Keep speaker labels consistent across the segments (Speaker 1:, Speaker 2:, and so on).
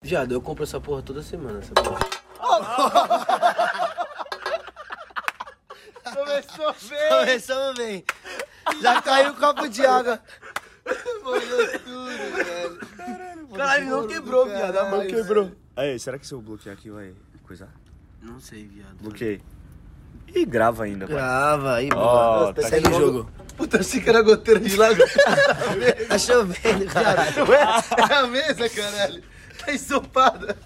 Speaker 1: Viado, eu compro essa porra toda semana, essa porra.
Speaker 2: Começou bem.
Speaker 3: Começamos bem. Já caiu um copo de água. Molhou tudo, velho.
Speaker 1: Caralho, não quebrou, viado, a mão quebrou.
Speaker 2: é. Aí, será que se eu bloquear aqui vai coisar?
Speaker 1: Não sei, viado.
Speaker 2: Bloqueei. Ih, grava ainda, pai.
Speaker 3: Grava aí,
Speaker 2: Ó,
Speaker 3: mano.
Speaker 2: tá
Speaker 3: Segue
Speaker 2: aqui.
Speaker 3: o jogo.
Speaker 1: Puta, achei que era goteira de lago.
Speaker 3: Tá chovendo, cara.
Speaker 1: é a mesa, caralho. Tá ensopada.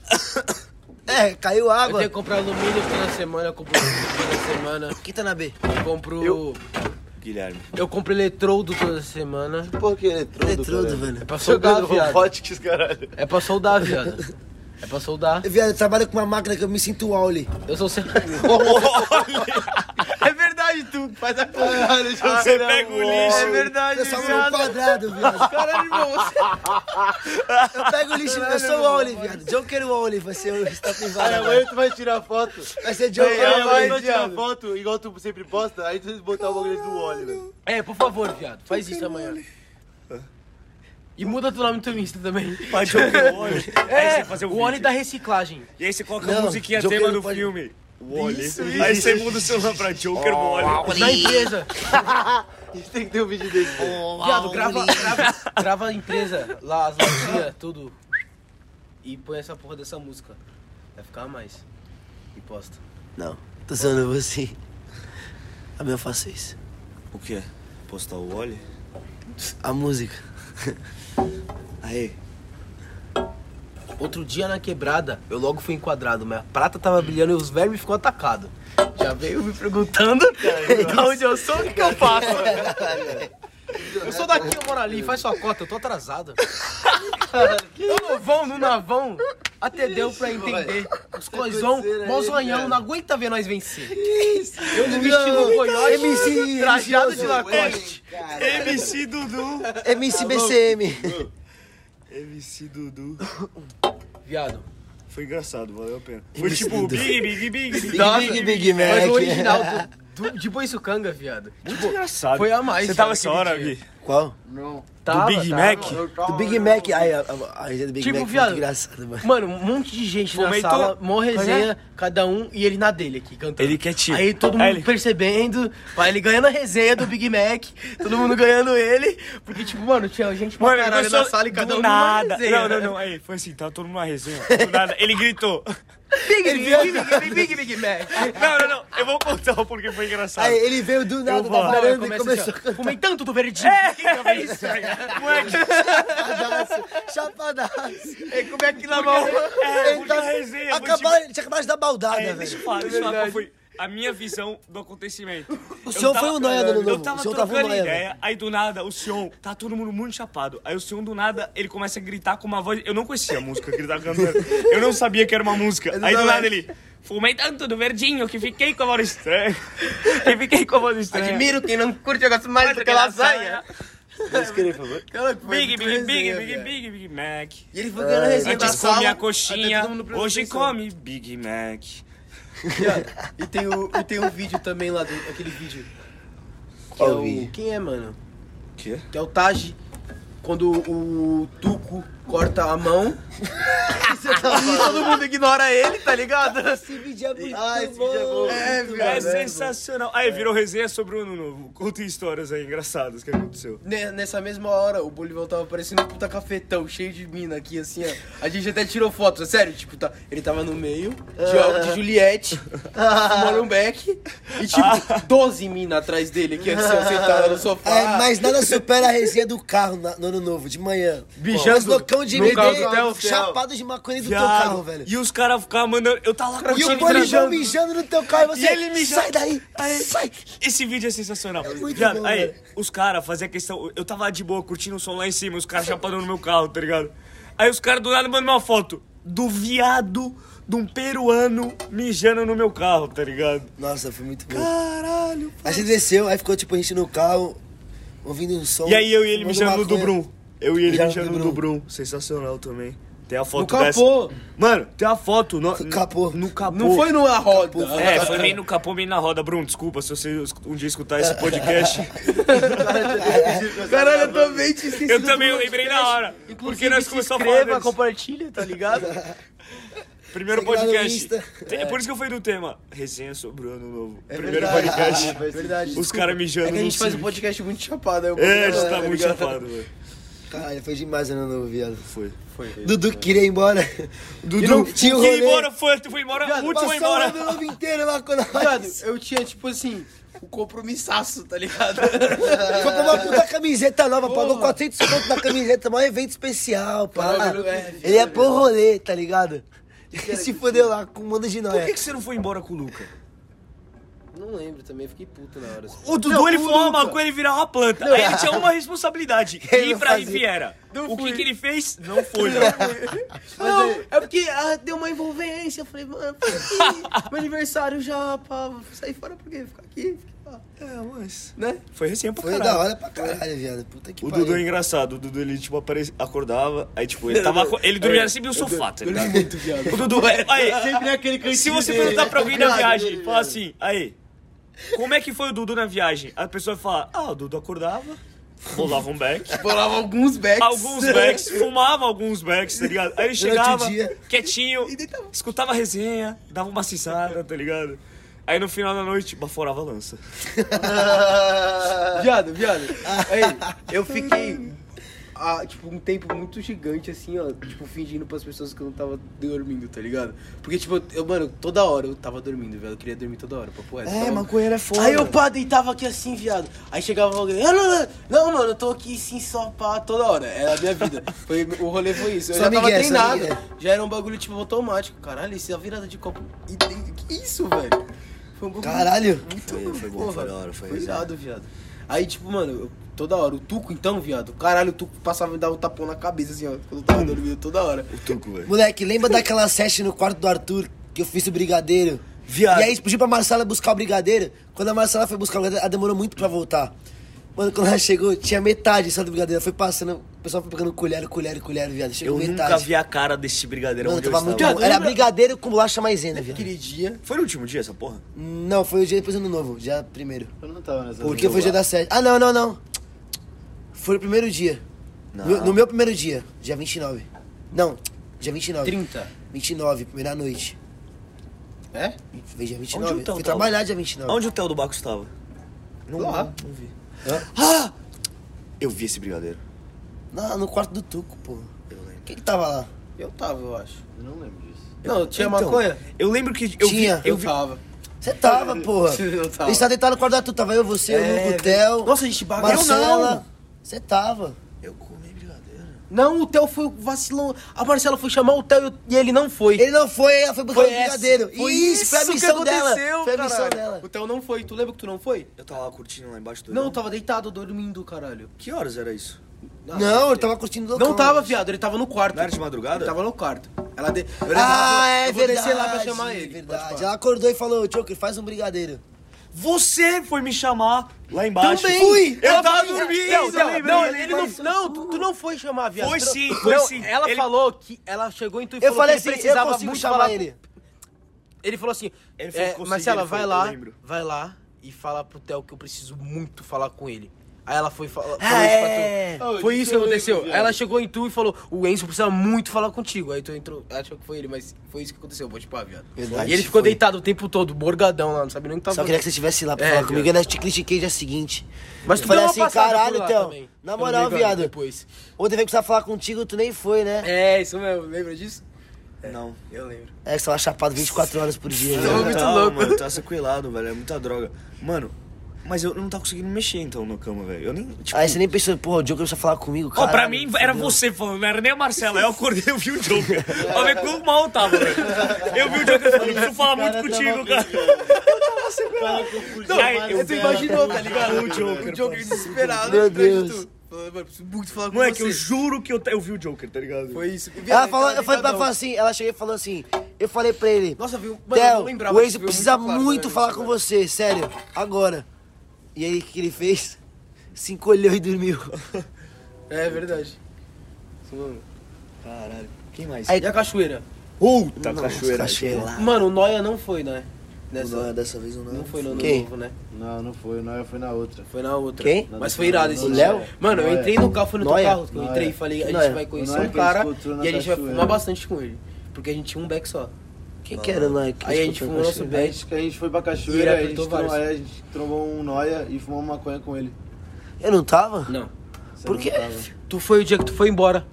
Speaker 3: É, caiu
Speaker 1: Eu
Speaker 3: água.
Speaker 1: tenho que comprar alumínio toda semana, eu compro alumínio toda semana.
Speaker 3: Quem tá na B?
Speaker 1: Eu compro. Eu,
Speaker 2: Eu-
Speaker 1: É.
Speaker 2: Guilherme.
Speaker 1: compro eletrodo toda semana.
Speaker 2: Por que eletrodo?
Speaker 3: Eletrodo,
Speaker 1: É
Speaker 3: velho.
Speaker 1: pra soldar, viado.
Speaker 2: Robotics, caralho.
Speaker 1: É pra soldar, viado. É pra soldar.
Speaker 3: Viado, eu trabalho com uma máquina que eu me sinto Auli.
Speaker 1: Eu sou seu.
Speaker 2: É verdade, tu faz a coisa.
Speaker 4: Ah,
Speaker 2: Você pega o
Speaker 1: É
Speaker 2: lixo.
Speaker 1: verdade,
Speaker 3: Eu só um
Speaker 1: viado.
Speaker 3: quadrado, viado.
Speaker 1: Caralho, irmão, você.
Speaker 3: Eu pego o lixo, eu sou o Auli, viado. Joker Auli, vai ser o está privado.
Speaker 4: Amanhã tu vai tirar foto.
Speaker 3: Vai ser
Speaker 4: Aí,
Speaker 3: Joker
Speaker 4: amanhã tu vai
Speaker 3: Auli.
Speaker 4: tirar foto, igual tu sempre posta, aí tu vai botar o bagulho do óleo, velho.
Speaker 1: É, por favor, viado. Faz isso amanhã. E muda teu nome no teu Insta também.
Speaker 2: Pode jogar o óleo. Aí
Speaker 1: É,
Speaker 2: você fazer
Speaker 1: o
Speaker 2: o
Speaker 1: óleo
Speaker 2: vídeo.
Speaker 1: da reciclagem.
Speaker 2: E aí você coloca a
Speaker 3: Não,
Speaker 2: musiquinha
Speaker 3: Joker
Speaker 2: tema
Speaker 3: não
Speaker 2: do
Speaker 3: pode.
Speaker 2: filme. Wally. Aí você muda o seu nome pra Joker Wally.
Speaker 1: Na empresa.
Speaker 4: A gente tem que ter um vídeo desse. velho.
Speaker 1: Viado, grava, grava, grava a empresa lá, as latinhas, tudo. E põe essa porra dessa música. Vai ficar mais. E posta.
Speaker 3: Não, tô zoando você. A minha eu faço isso.
Speaker 2: O que? Postar o Wally?
Speaker 3: A música.
Speaker 2: Aí.
Speaker 1: Outro dia na quebrada, eu logo fui enquadrado, mas a prata tava brilhando e os vermes ficou atacado. Já veio me perguntando da onde eu sou, o que, que eu faço? eu sou daqui, eu moro ali, faz sua cota, eu tô atrasado. Eu no vão, no navão, até deu pra entender. Os coisão,
Speaker 4: coiseira aí,
Speaker 1: mozonhão,
Speaker 4: cara.
Speaker 1: não aguenta ver nós vencer. Eu no estilo coiote, trajado de lacoste.
Speaker 2: MC Dudu.
Speaker 1: Tá
Speaker 3: MC BCM.
Speaker 2: MC Dudu.
Speaker 1: Viado,
Speaker 2: Foi engraçado, valeu a pena. Foi tipo Big, Big, Big.
Speaker 1: Nossa,
Speaker 3: Big, Big
Speaker 1: mas o
Speaker 3: Mac.
Speaker 1: original do, do, de Boiçucanga, viado.
Speaker 2: Muito engraçado.
Speaker 1: Tipo, foi a mais,
Speaker 2: Você tava
Speaker 1: cara,
Speaker 2: essa
Speaker 1: aquele
Speaker 2: hora,
Speaker 1: dia.
Speaker 2: Gui?
Speaker 3: Qual?
Speaker 4: Não.
Speaker 1: Tava,
Speaker 2: Big
Speaker 1: tava.
Speaker 2: Mac?
Speaker 4: Eu
Speaker 3: Do
Speaker 4: tava-
Speaker 3: Big Mac. Ai, a, a, a ideia do Big
Speaker 1: Tipo,
Speaker 3: Mac é
Speaker 1: viado.
Speaker 3: muito engraçada, mano.
Speaker 1: Mano, um monte de gente
Speaker 2: Fomentou.
Speaker 1: na sala, mó resenha, cada um, e ele na dele aqui, cantando.
Speaker 2: Ele quietinho.
Speaker 1: Aí todo
Speaker 2: Aí
Speaker 1: mundo
Speaker 2: Ah, ele-
Speaker 1: percebendo, vai ele ganhando a resenha do Big Mac, todo mundo ganhando ele, porque tipo, mano, tinha gente pra
Speaker 2: ele
Speaker 1: caralho
Speaker 2: começou
Speaker 1: na sala e cada
Speaker 2: do
Speaker 1: um numa
Speaker 2: nada.
Speaker 1: resenha. né?
Speaker 2: Não, não, não. Aí, foi assim, tava todo mundo numa resenha. Do nada. Ele gritou.
Speaker 1: Big, Big, Big, Big, Big, Big Mac.
Speaker 2: Não, não, não. Eu vou contar o porquê foi
Speaker 1: Tá.
Speaker 2: engraçado.
Speaker 3: Aí ele veio do nada
Speaker 2: vou.
Speaker 3: da
Speaker 1: Não, ele
Speaker 3: varanda e
Speaker 1: começa
Speaker 3: começou
Speaker 1: assim, ó, Fumei tanto do verdinho. É, isso,
Speaker 2: tá Moleque,
Speaker 3: a chapadaço.
Speaker 1: como é que na mão...
Speaker 2: é,
Speaker 3: Ele
Speaker 2: porque a
Speaker 3: tá-
Speaker 2: resenha. foi
Speaker 3: Acabaram,
Speaker 2: tipo-
Speaker 3: ele tinha acabado de dar baldada,
Speaker 2: Aí, deixa eu
Speaker 3: velho.
Speaker 2: falar, deixa eu falar qual
Speaker 1: verdade.
Speaker 2: foi a minha visão do acontecimento. Eu
Speaker 3: senhor foi o Noia do Ano
Speaker 2: Eu
Speaker 3: Novo,
Speaker 2: tava
Speaker 3: o senhor tava um
Speaker 2: trocando
Speaker 3: o Noia,
Speaker 2: ideia, aí do nada, o senhor, tá todo mundo muito chapado. Aí o senhor do nada, ele começa a gritar com uma voz... Eu não conhecia a música que ele tava cantando. Eu não sabia que era uma música. Aí do nada ele... Fumei tanto do verdinho que fiquei com a voz estranha. Que fiquei com a voz estranha.
Speaker 1: Admiro quem não curte negócio mais do que lasanha. Cara, foi muito
Speaker 2: Big, big, big,
Speaker 1: resenha,
Speaker 2: big,
Speaker 1: viado.
Speaker 2: big, big Mac.
Speaker 1: E ele foi ganhando a resenha da
Speaker 2: Antes
Speaker 1: sala.
Speaker 2: comia
Speaker 1: tá até
Speaker 2: coxinha,
Speaker 1: todo mundo prestou
Speaker 2: hoje
Speaker 1: atenção.
Speaker 2: come Big Mac.
Speaker 1: Viado, E tem, o, e tem um vídeo também lá, do, aquele vídeo. Que é o- Quem é, mano?
Speaker 2: Quê?
Speaker 1: Que é o Taj. Quando o Tuco corta a mão. e todo mundo ignora ele, tá ligado?
Speaker 3: Esse vídeo é muito
Speaker 4: Ah, esse vídeo é
Speaker 3: bom.
Speaker 4: bom.
Speaker 1: né?
Speaker 2: É sensacional. Aí virou resenha sobre o ano novo. Conta histórias aí engraçadas que aconteceu.
Speaker 1: Ne- Nessa mesma hora, o Bolivão tava parecendo um puta cafetão, cheio de mina aqui, assim, ó. A gente até tirou foto, sério, tipo, tá, ele tava no meio de,
Speaker 3: Ah.
Speaker 1: de Juliette, fumando um beck, e tipo, 12 mina atrás dele aqui, assim, ó, sentada no sofá.
Speaker 3: Ah. É,
Speaker 2: Ah.
Speaker 3: mas nada supera a resenha do carro na- no ano novo, de manhã.
Speaker 1: Mijando
Speaker 3: Os loucão de
Speaker 1: no
Speaker 3: bebê,
Speaker 1: carro do hotel.
Speaker 3: chapado de maconha do teu carro, velho.
Speaker 2: E os caras ficavam mandando. Eu tava lá
Speaker 3: E
Speaker 2: curtindo.
Speaker 3: o
Speaker 2: mijando.
Speaker 3: Borijão mijando no teu carro e você.
Speaker 2: E ele mijando.
Speaker 3: Sai daí! Sai!
Speaker 2: Esse vídeo é sensacional.
Speaker 3: muito
Speaker 2: Viado,
Speaker 3: bom,
Speaker 2: aí,
Speaker 3: velho.
Speaker 2: os caras faziam questão. Eu tava de boa curtindo o som lá em cima, os caras chapando no meu carro, tá ligado? Aí os caras do nada mandam uma foto do viado de um peruano mijando no meu carro, tá ligado?
Speaker 3: Nossa, foi muito bom.
Speaker 2: Caralho.
Speaker 3: Aí você desceu, aí ficou tipo a gente no carro, ouvindo um som.
Speaker 2: E aí eu e ele
Speaker 3: fumando
Speaker 2: mijando no do
Speaker 3: maconha.
Speaker 2: Brum. Eu e ele
Speaker 3: Mijando
Speaker 2: mijando
Speaker 3: no
Speaker 2: no do Brum. Sensacional também. Tem a foto dessa.
Speaker 1: capô.
Speaker 2: Mano, tem a foto. No,
Speaker 3: Capô.
Speaker 2: No capô.
Speaker 1: Não foi numa roda.
Speaker 2: É, foi meio no capô, meio na roda. Bruno, desculpa se você es- um dia escutar esse podcast.
Speaker 1: Caralho, eu também te esqueci.
Speaker 2: eu também eu lembrei na hora. porque nós começamos a falar deles.
Speaker 1: compartilha, tá ligado?
Speaker 2: Primeiro
Speaker 3: Segue lá no
Speaker 2: podcast.
Speaker 3: Insta.
Speaker 2: Tem- É. por isso que eu fui do tema. Resenha sobre o ano novo. Primeiro
Speaker 3: verdade.
Speaker 2: podcast.
Speaker 3: Verdade.
Speaker 2: Os caras mijando
Speaker 1: É que a
Speaker 2: no
Speaker 1: gente faz um
Speaker 2: Civic.
Speaker 1: podcast muito chapado. Aí eu
Speaker 2: É, a gente tá
Speaker 1: É,
Speaker 2: muito
Speaker 1: ligado?
Speaker 2: chapado, velho.
Speaker 3: Caralho, foi demais ano novo, viado.
Speaker 2: Foi.
Speaker 3: Dudu queria ir embora. Dudu tinha um
Speaker 2: Quem
Speaker 3: rolê.
Speaker 2: embora foi, foi embora,
Speaker 1: Viado,
Speaker 2: o último
Speaker 3: Passou o
Speaker 2: embora.
Speaker 3: ano novo inteiro lá com
Speaker 1: Viado,
Speaker 3: nós.
Speaker 1: Tá eu tinha, tipo assim, um compromissaço, tá ligado?
Speaker 2: É.
Speaker 3: Comprou uma puta camiseta nova, pagou
Speaker 1: Porra.
Speaker 3: 400 conto na camiseta, maior evento especial, pá.
Speaker 1: Caralho, é.
Speaker 3: Ele é pro rolê, tá ligado? Ele se fodeu lá com um bando de
Speaker 2: Por que,
Speaker 3: nóia.
Speaker 2: que você não foi embora com o Luca?
Speaker 1: Não lembro também, fiquei puto na hora.
Speaker 2: O Dudu, ele foi uma maconha, ele virar uma planta. Aí ele tinha uma responsabilidade,
Speaker 3: Ele
Speaker 2: ir
Speaker 3: não
Speaker 2: pra
Speaker 3: fazia.
Speaker 2: Riviera.
Speaker 1: Não
Speaker 2: o
Speaker 1: fui.
Speaker 2: que, que ele fez? Não foi.
Speaker 1: Não, é porque ah, deu uma envolvência. Eu falei, mano, fica aqui. meu aniversário já, pá, vou sair fora por quê? Ficar aqui, ficar lá,
Speaker 2: É, mas...
Speaker 1: né?
Speaker 2: Foi recém pra
Speaker 3: Foi
Speaker 2: caralho.
Speaker 3: da hora pra caralho, viado. Puta que
Speaker 2: O
Speaker 3: pariu.
Speaker 2: Dudu é engraçado, o Dudu ele tipo apare- acordava, aí tipo, ele tava. aco- Ele dormia sempre no sofá, tá ligado?
Speaker 1: muito, viado.
Speaker 2: O Dudu, aí,
Speaker 4: Sempre é aquele cantinho
Speaker 2: se você
Speaker 4: dele. né?
Speaker 2: perguntar pra alguém na
Speaker 4: Obrigado,
Speaker 2: viagem,
Speaker 4: dele,
Speaker 2: fala
Speaker 4: velho.
Speaker 2: assim, aí, como é que foi o Dudu na viagem? A pessoa vai falar, ah, o Dudu acordava, rolava um back,
Speaker 1: Bolava alguns backs.
Speaker 2: alguns backs, fumava alguns backs, tá ligado? Aí ele chegava,
Speaker 3: dia.
Speaker 2: quietinho,
Speaker 1: E deitava.
Speaker 2: escutava a resenha, dava uma cisada, tá ligado? Aí no final da noite, baforava a lança.
Speaker 1: Viado, viado. Aí, eu fiquei, ah, tipo, um tempo muito gigante, assim, ó. Tipo, fingindo pras pessoas que eu não tava dormindo, tá ligado? Porque, tipo, eu, mano, toda hora eu tava dormindo, viado. Eu queria dormir toda hora, papo reto. Tava-
Speaker 2: maconheiro é foda.
Speaker 1: Aí eu pá, deitava aqui assim, viado. Aí chegava alguém, ah, não, não, não, mano, eu tô aqui sim só pá toda hora. Era a minha vida. Foi, o rolê foi isso. Eu
Speaker 3: Só
Speaker 1: já tava
Speaker 2: é
Speaker 3: migué, só
Speaker 1: treinado.
Speaker 3: migué.
Speaker 1: Já era um bagulho tipo automático. Caralho, isso é a virada de copo. E tem- Que isso, velho? Foi um bagulho.
Speaker 3: Caralho.
Speaker 1: Muito
Speaker 2: Foi- foi bom,
Speaker 1: porra.
Speaker 2: foi da hora, foi resenha.
Speaker 1: irado, viado. Aí, tipo, mano, eu- toda hora, o Tuco então, viado, caralho, o Tuco passava e dava um tapão na cabeça, assim, ó, quando eu tava dormindo toda hora.
Speaker 2: Tuco, velho.
Speaker 3: Moleque, lembra daquela session no quarto do Arthur que eu fiz o brigadeiro?
Speaker 2: Viado.
Speaker 3: E aí tipo, pedi pra Marcela buscar o brigadeiro. Quando a Marcela foi buscar o brigadeiro, ela demorou muito pra voltar. Mano, quando ela chegou, tinha metade só do brigadeiro. Ela Foi passando, o pessoal foi pegando colher, colher, colher, viado. Chegou
Speaker 2: Eu
Speaker 3: metade.
Speaker 2: nunca vi a cara desse brigadeiro
Speaker 3: Mano,
Speaker 2: onde eu
Speaker 3: tava
Speaker 2: estava.
Speaker 3: muito
Speaker 1: estava.
Speaker 3: bom. Era brigadeiro com bolacha maisena, viado.
Speaker 1: Aquele dia,
Speaker 2: Foi no último dia essa porra?
Speaker 3: Não, foi o dia depois do ano novo, já primeiro.
Speaker 4: Eu não tava nessa.
Speaker 3: Porque foi o dia da sede. Ah, não, não, não. Foi o primeiro dia.
Speaker 2: Não.
Speaker 3: No, no meu primeiro dia, dia 29. Não, dia 29.
Speaker 1: 30.
Speaker 3: 29, primeira noite.
Speaker 1: É?
Speaker 3: Foi dia 29.
Speaker 2: o Theo
Speaker 3: Fui
Speaker 2: tava?
Speaker 3: trabalhar dia 29.
Speaker 2: Onde o Theo do Baco estava? Não,
Speaker 1: Lá.
Speaker 2: não vi.
Speaker 3: Hã?
Speaker 2: Ah! Eu vi esse brigadeiro.
Speaker 3: Não, no quarto do Tuco, pô.
Speaker 2: Eu lembro.
Speaker 3: Quem que tava lá?
Speaker 1: Eu tava, eu acho.
Speaker 4: Eu não lembro disso.
Speaker 1: Não, tinha
Speaker 2: Então,
Speaker 1: maconha?
Speaker 2: Eu lembro que eu
Speaker 3: Tinha.
Speaker 2: vi.
Speaker 1: Eu,
Speaker 2: Eu vi.
Speaker 1: tava.
Speaker 3: Você tava, porra.
Speaker 1: Eu tava.
Speaker 3: Ele tá deitado no quarto da Tuco. Tava eu, você,
Speaker 1: É,
Speaker 3: o Luco, o um Theo.
Speaker 1: Nossa, a gente bagunçou.
Speaker 3: Marcela. Você tava.
Speaker 2: Eu comi brigadeiro.
Speaker 1: Não, o Theo foi o vacilão. A Marcela foi chamar o Theo e ele não foi.
Speaker 3: Ele não foi, ela foi buscar
Speaker 1: Foi
Speaker 3: o
Speaker 1: essa.
Speaker 3: brigadeiro.
Speaker 1: Foi
Speaker 3: isso, foi a
Speaker 1: isso que
Speaker 3: missão dela.
Speaker 1: aconteceu,
Speaker 3: Foi a missão
Speaker 1: caralho.
Speaker 3: dela.
Speaker 1: O Theo não foi. Tu lembra que tu não foi?
Speaker 2: Eu tava lá curtindo lá embaixo do.
Speaker 1: Não, eu
Speaker 2: tava.
Speaker 1: tava deitado, dormindo, caralho.
Speaker 2: Que horas era isso?
Speaker 3: Não, ele tava curtindo o
Speaker 1: Não
Speaker 3: local.
Speaker 1: tava, viado. Ele tava no quarto.
Speaker 2: Não era de madrugada?
Speaker 1: Ele tava no quarto. Ela de... Eu
Speaker 3: Ah, é
Speaker 1: eu vou
Speaker 3: verdade.
Speaker 1: descer lá pra chamar ele. Pode
Speaker 3: Verdade.
Speaker 1: falar.
Speaker 3: Ela acordou e falou, Joker, faz um brigadeiro.
Speaker 2: Você foi me chamar lá embaixo.
Speaker 1: Também.
Speaker 3: Fui.
Speaker 2: Eu tava,
Speaker 1: Tava-
Speaker 2: dormindo.
Speaker 1: Não,
Speaker 2: eu
Speaker 1: não,
Speaker 2: lembrei.
Speaker 1: não, ele não, não, tu, tu não foi chamar, viado.
Speaker 2: Foi
Speaker 1: Tu não-
Speaker 2: sim, foi
Speaker 1: Não,
Speaker 2: sim.
Speaker 1: Ela
Speaker 2: Ele-
Speaker 1: falou que ela chegou em tu e
Speaker 3: Eu
Speaker 1: falou
Speaker 3: falei
Speaker 1: que ele
Speaker 3: assim, eu
Speaker 1: precisava
Speaker 3: consigo
Speaker 1: muito
Speaker 3: chamar
Speaker 1: falar
Speaker 3: ele.
Speaker 1: Ele falou assim,
Speaker 2: Ele falou
Speaker 1: é,
Speaker 2: que conseguiu,
Speaker 1: Marcela,
Speaker 2: ele
Speaker 1: vai
Speaker 2: falou, eu
Speaker 1: lá,
Speaker 2: lembro.
Speaker 1: vai lá e fala pro Theo que eu preciso muito falar com ele. Aí ela foi falar.
Speaker 3: Ah, é.
Speaker 4: Ah,
Speaker 1: Foi isso
Speaker 4: isso
Speaker 1: que
Speaker 4: eu lembro,
Speaker 1: aconteceu.
Speaker 4: viado.
Speaker 1: Aí ela chegou em tu e falou: O Enzo precisa muito falar contigo. Aí tu entrou, achou que foi ele, mas foi isso que aconteceu. Pode pá, viado.
Speaker 3: Verdade,
Speaker 1: e ele ficou
Speaker 3: foi.
Speaker 1: deitado o tempo todo, borgadão lá, não sabia nem o que tava
Speaker 3: Só queria que você estivesse lá pra
Speaker 1: É,
Speaker 3: falar comigo.
Speaker 1: viado.
Speaker 3: Eu te critiquei dia seguinte.
Speaker 1: Mas
Speaker 3: Eu
Speaker 1: tu
Speaker 3: falei
Speaker 1: deu uma
Speaker 3: assim,
Speaker 1: passada por
Speaker 3: caralho,
Speaker 1: lá
Speaker 3: Theo,
Speaker 1: também,
Speaker 3: na
Speaker 1: se eu não
Speaker 3: moral,
Speaker 1: me engano,
Speaker 3: viado.
Speaker 1: Depois.
Speaker 3: Ou devia precisar falar contigo, tu nem foi, né?
Speaker 1: É, isso mesmo. Lembra disso?
Speaker 2: Não.
Speaker 1: Eu lembro.
Speaker 3: É, que você tava chapado 24 horas por dia.
Speaker 2: é
Speaker 1: Não,
Speaker 3: né?
Speaker 1: muito
Speaker 2: Não,
Speaker 1: louco.
Speaker 2: Mano, tá sequelado, velho. É muita droga. Mano, mas eu não tava conseguindo mexer então na cama, velho. Eu nem. Tipo,
Speaker 3: Aí você nem pensou, pô, o Joker precisa falar comigo,
Speaker 2: Ó,
Speaker 3: cara.
Speaker 2: pra mim era você falando, não era nem a Marcela. Eu acordei, eu vi o Joker. Pra ver quão mal eu tava, velho. Eu vi o Joker falando, eu preciso falar muito contigo, cara.
Speaker 4: Não,
Speaker 2: Aí, eu-
Speaker 1: Tu imaginou, tá ligado?
Speaker 2: O Joker,
Speaker 1: O Joker desesperado.
Speaker 3: Meu
Speaker 1: atrás de
Speaker 3: Deus.
Speaker 1: tu. Falou, Mano, preciso muito falar com
Speaker 2: Moleque,
Speaker 1: você.
Speaker 2: eu juro que eu, te- eu vi o Joker, tá ligado?
Speaker 1: Foi isso.
Speaker 3: Ela falou, eu falei pra ela
Speaker 1: Deitadão.
Speaker 3: falar assim, ela chegou e falou assim, eu falei pra ele,
Speaker 1: Nossa, viu? Mano, eu não
Speaker 3: Theo,
Speaker 1: lembrava
Speaker 3: o
Speaker 1: disso,
Speaker 3: Enzo
Speaker 1: viu? é
Speaker 3: precisa
Speaker 1: Muito claro, né?
Speaker 3: muito
Speaker 1: velho,
Speaker 3: falar
Speaker 1: isso,
Speaker 3: com
Speaker 1: velho.
Speaker 3: você, sério, agora. E aí, o que ele fez? Se encolheu e dormiu.
Speaker 1: É verdade. Isso, mano.
Speaker 2: Caralho. Quem mais?
Speaker 1: E a cachoeira?
Speaker 2: Puta,
Speaker 3: Nossa,
Speaker 2: cachoeira.
Speaker 3: cachoeira.
Speaker 2: gelada.
Speaker 1: Mano, o Noia não foi, né?
Speaker 2: Não,
Speaker 1: Nessa...
Speaker 2: dessa vez não.
Speaker 1: Não foi no ano
Speaker 3: Quem?
Speaker 1: novo, né?
Speaker 4: Não, não foi, não, eu fui na outra.
Speaker 1: Foi na outra.
Speaker 3: Quem?
Speaker 1: Mas foi irado esse
Speaker 4: O
Speaker 1: dia.
Speaker 4: Léo?
Speaker 1: Mano, eu
Speaker 4: Noia.
Speaker 1: entrei no carro, fui no teu
Speaker 3: Noia.
Speaker 1: carro. Eu entrei e falei, a gente
Speaker 3: Noia.
Speaker 1: vai conhecer
Speaker 4: Noia
Speaker 1: um
Speaker 4: que
Speaker 1: cara
Speaker 4: escutou na né?
Speaker 1: e a gente vai
Speaker 4: cachoeira.
Speaker 1: fumar bastante com ele. Porque a gente tinha um beck só.
Speaker 3: Quem que era, Nike?
Speaker 1: Aí a gente fumou o nosso
Speaker 4: Aí a
Speaker 1: beck.
Speaker 4: gente, a gente foi
Speaker 1: E
Speaker 4: pra
Speaker 1: ele
Speaker 4: cachoeira, aí a gente,
Speaker 1: apertou
Speaker 4: trombou,
Speaker 1: vários.
Speaker 4: aí a gente trombou um noia e fumou uma maconha com ele.
Speaker 3: Eu não tava?
Speaker 1: Não.
Speaker 4: Você
Speaker 3: Por
Speaker 4: não
Speaker 3: quê?
Speaker 4: tava.
Speaker 1: Tu foi o dia que tu foi embora.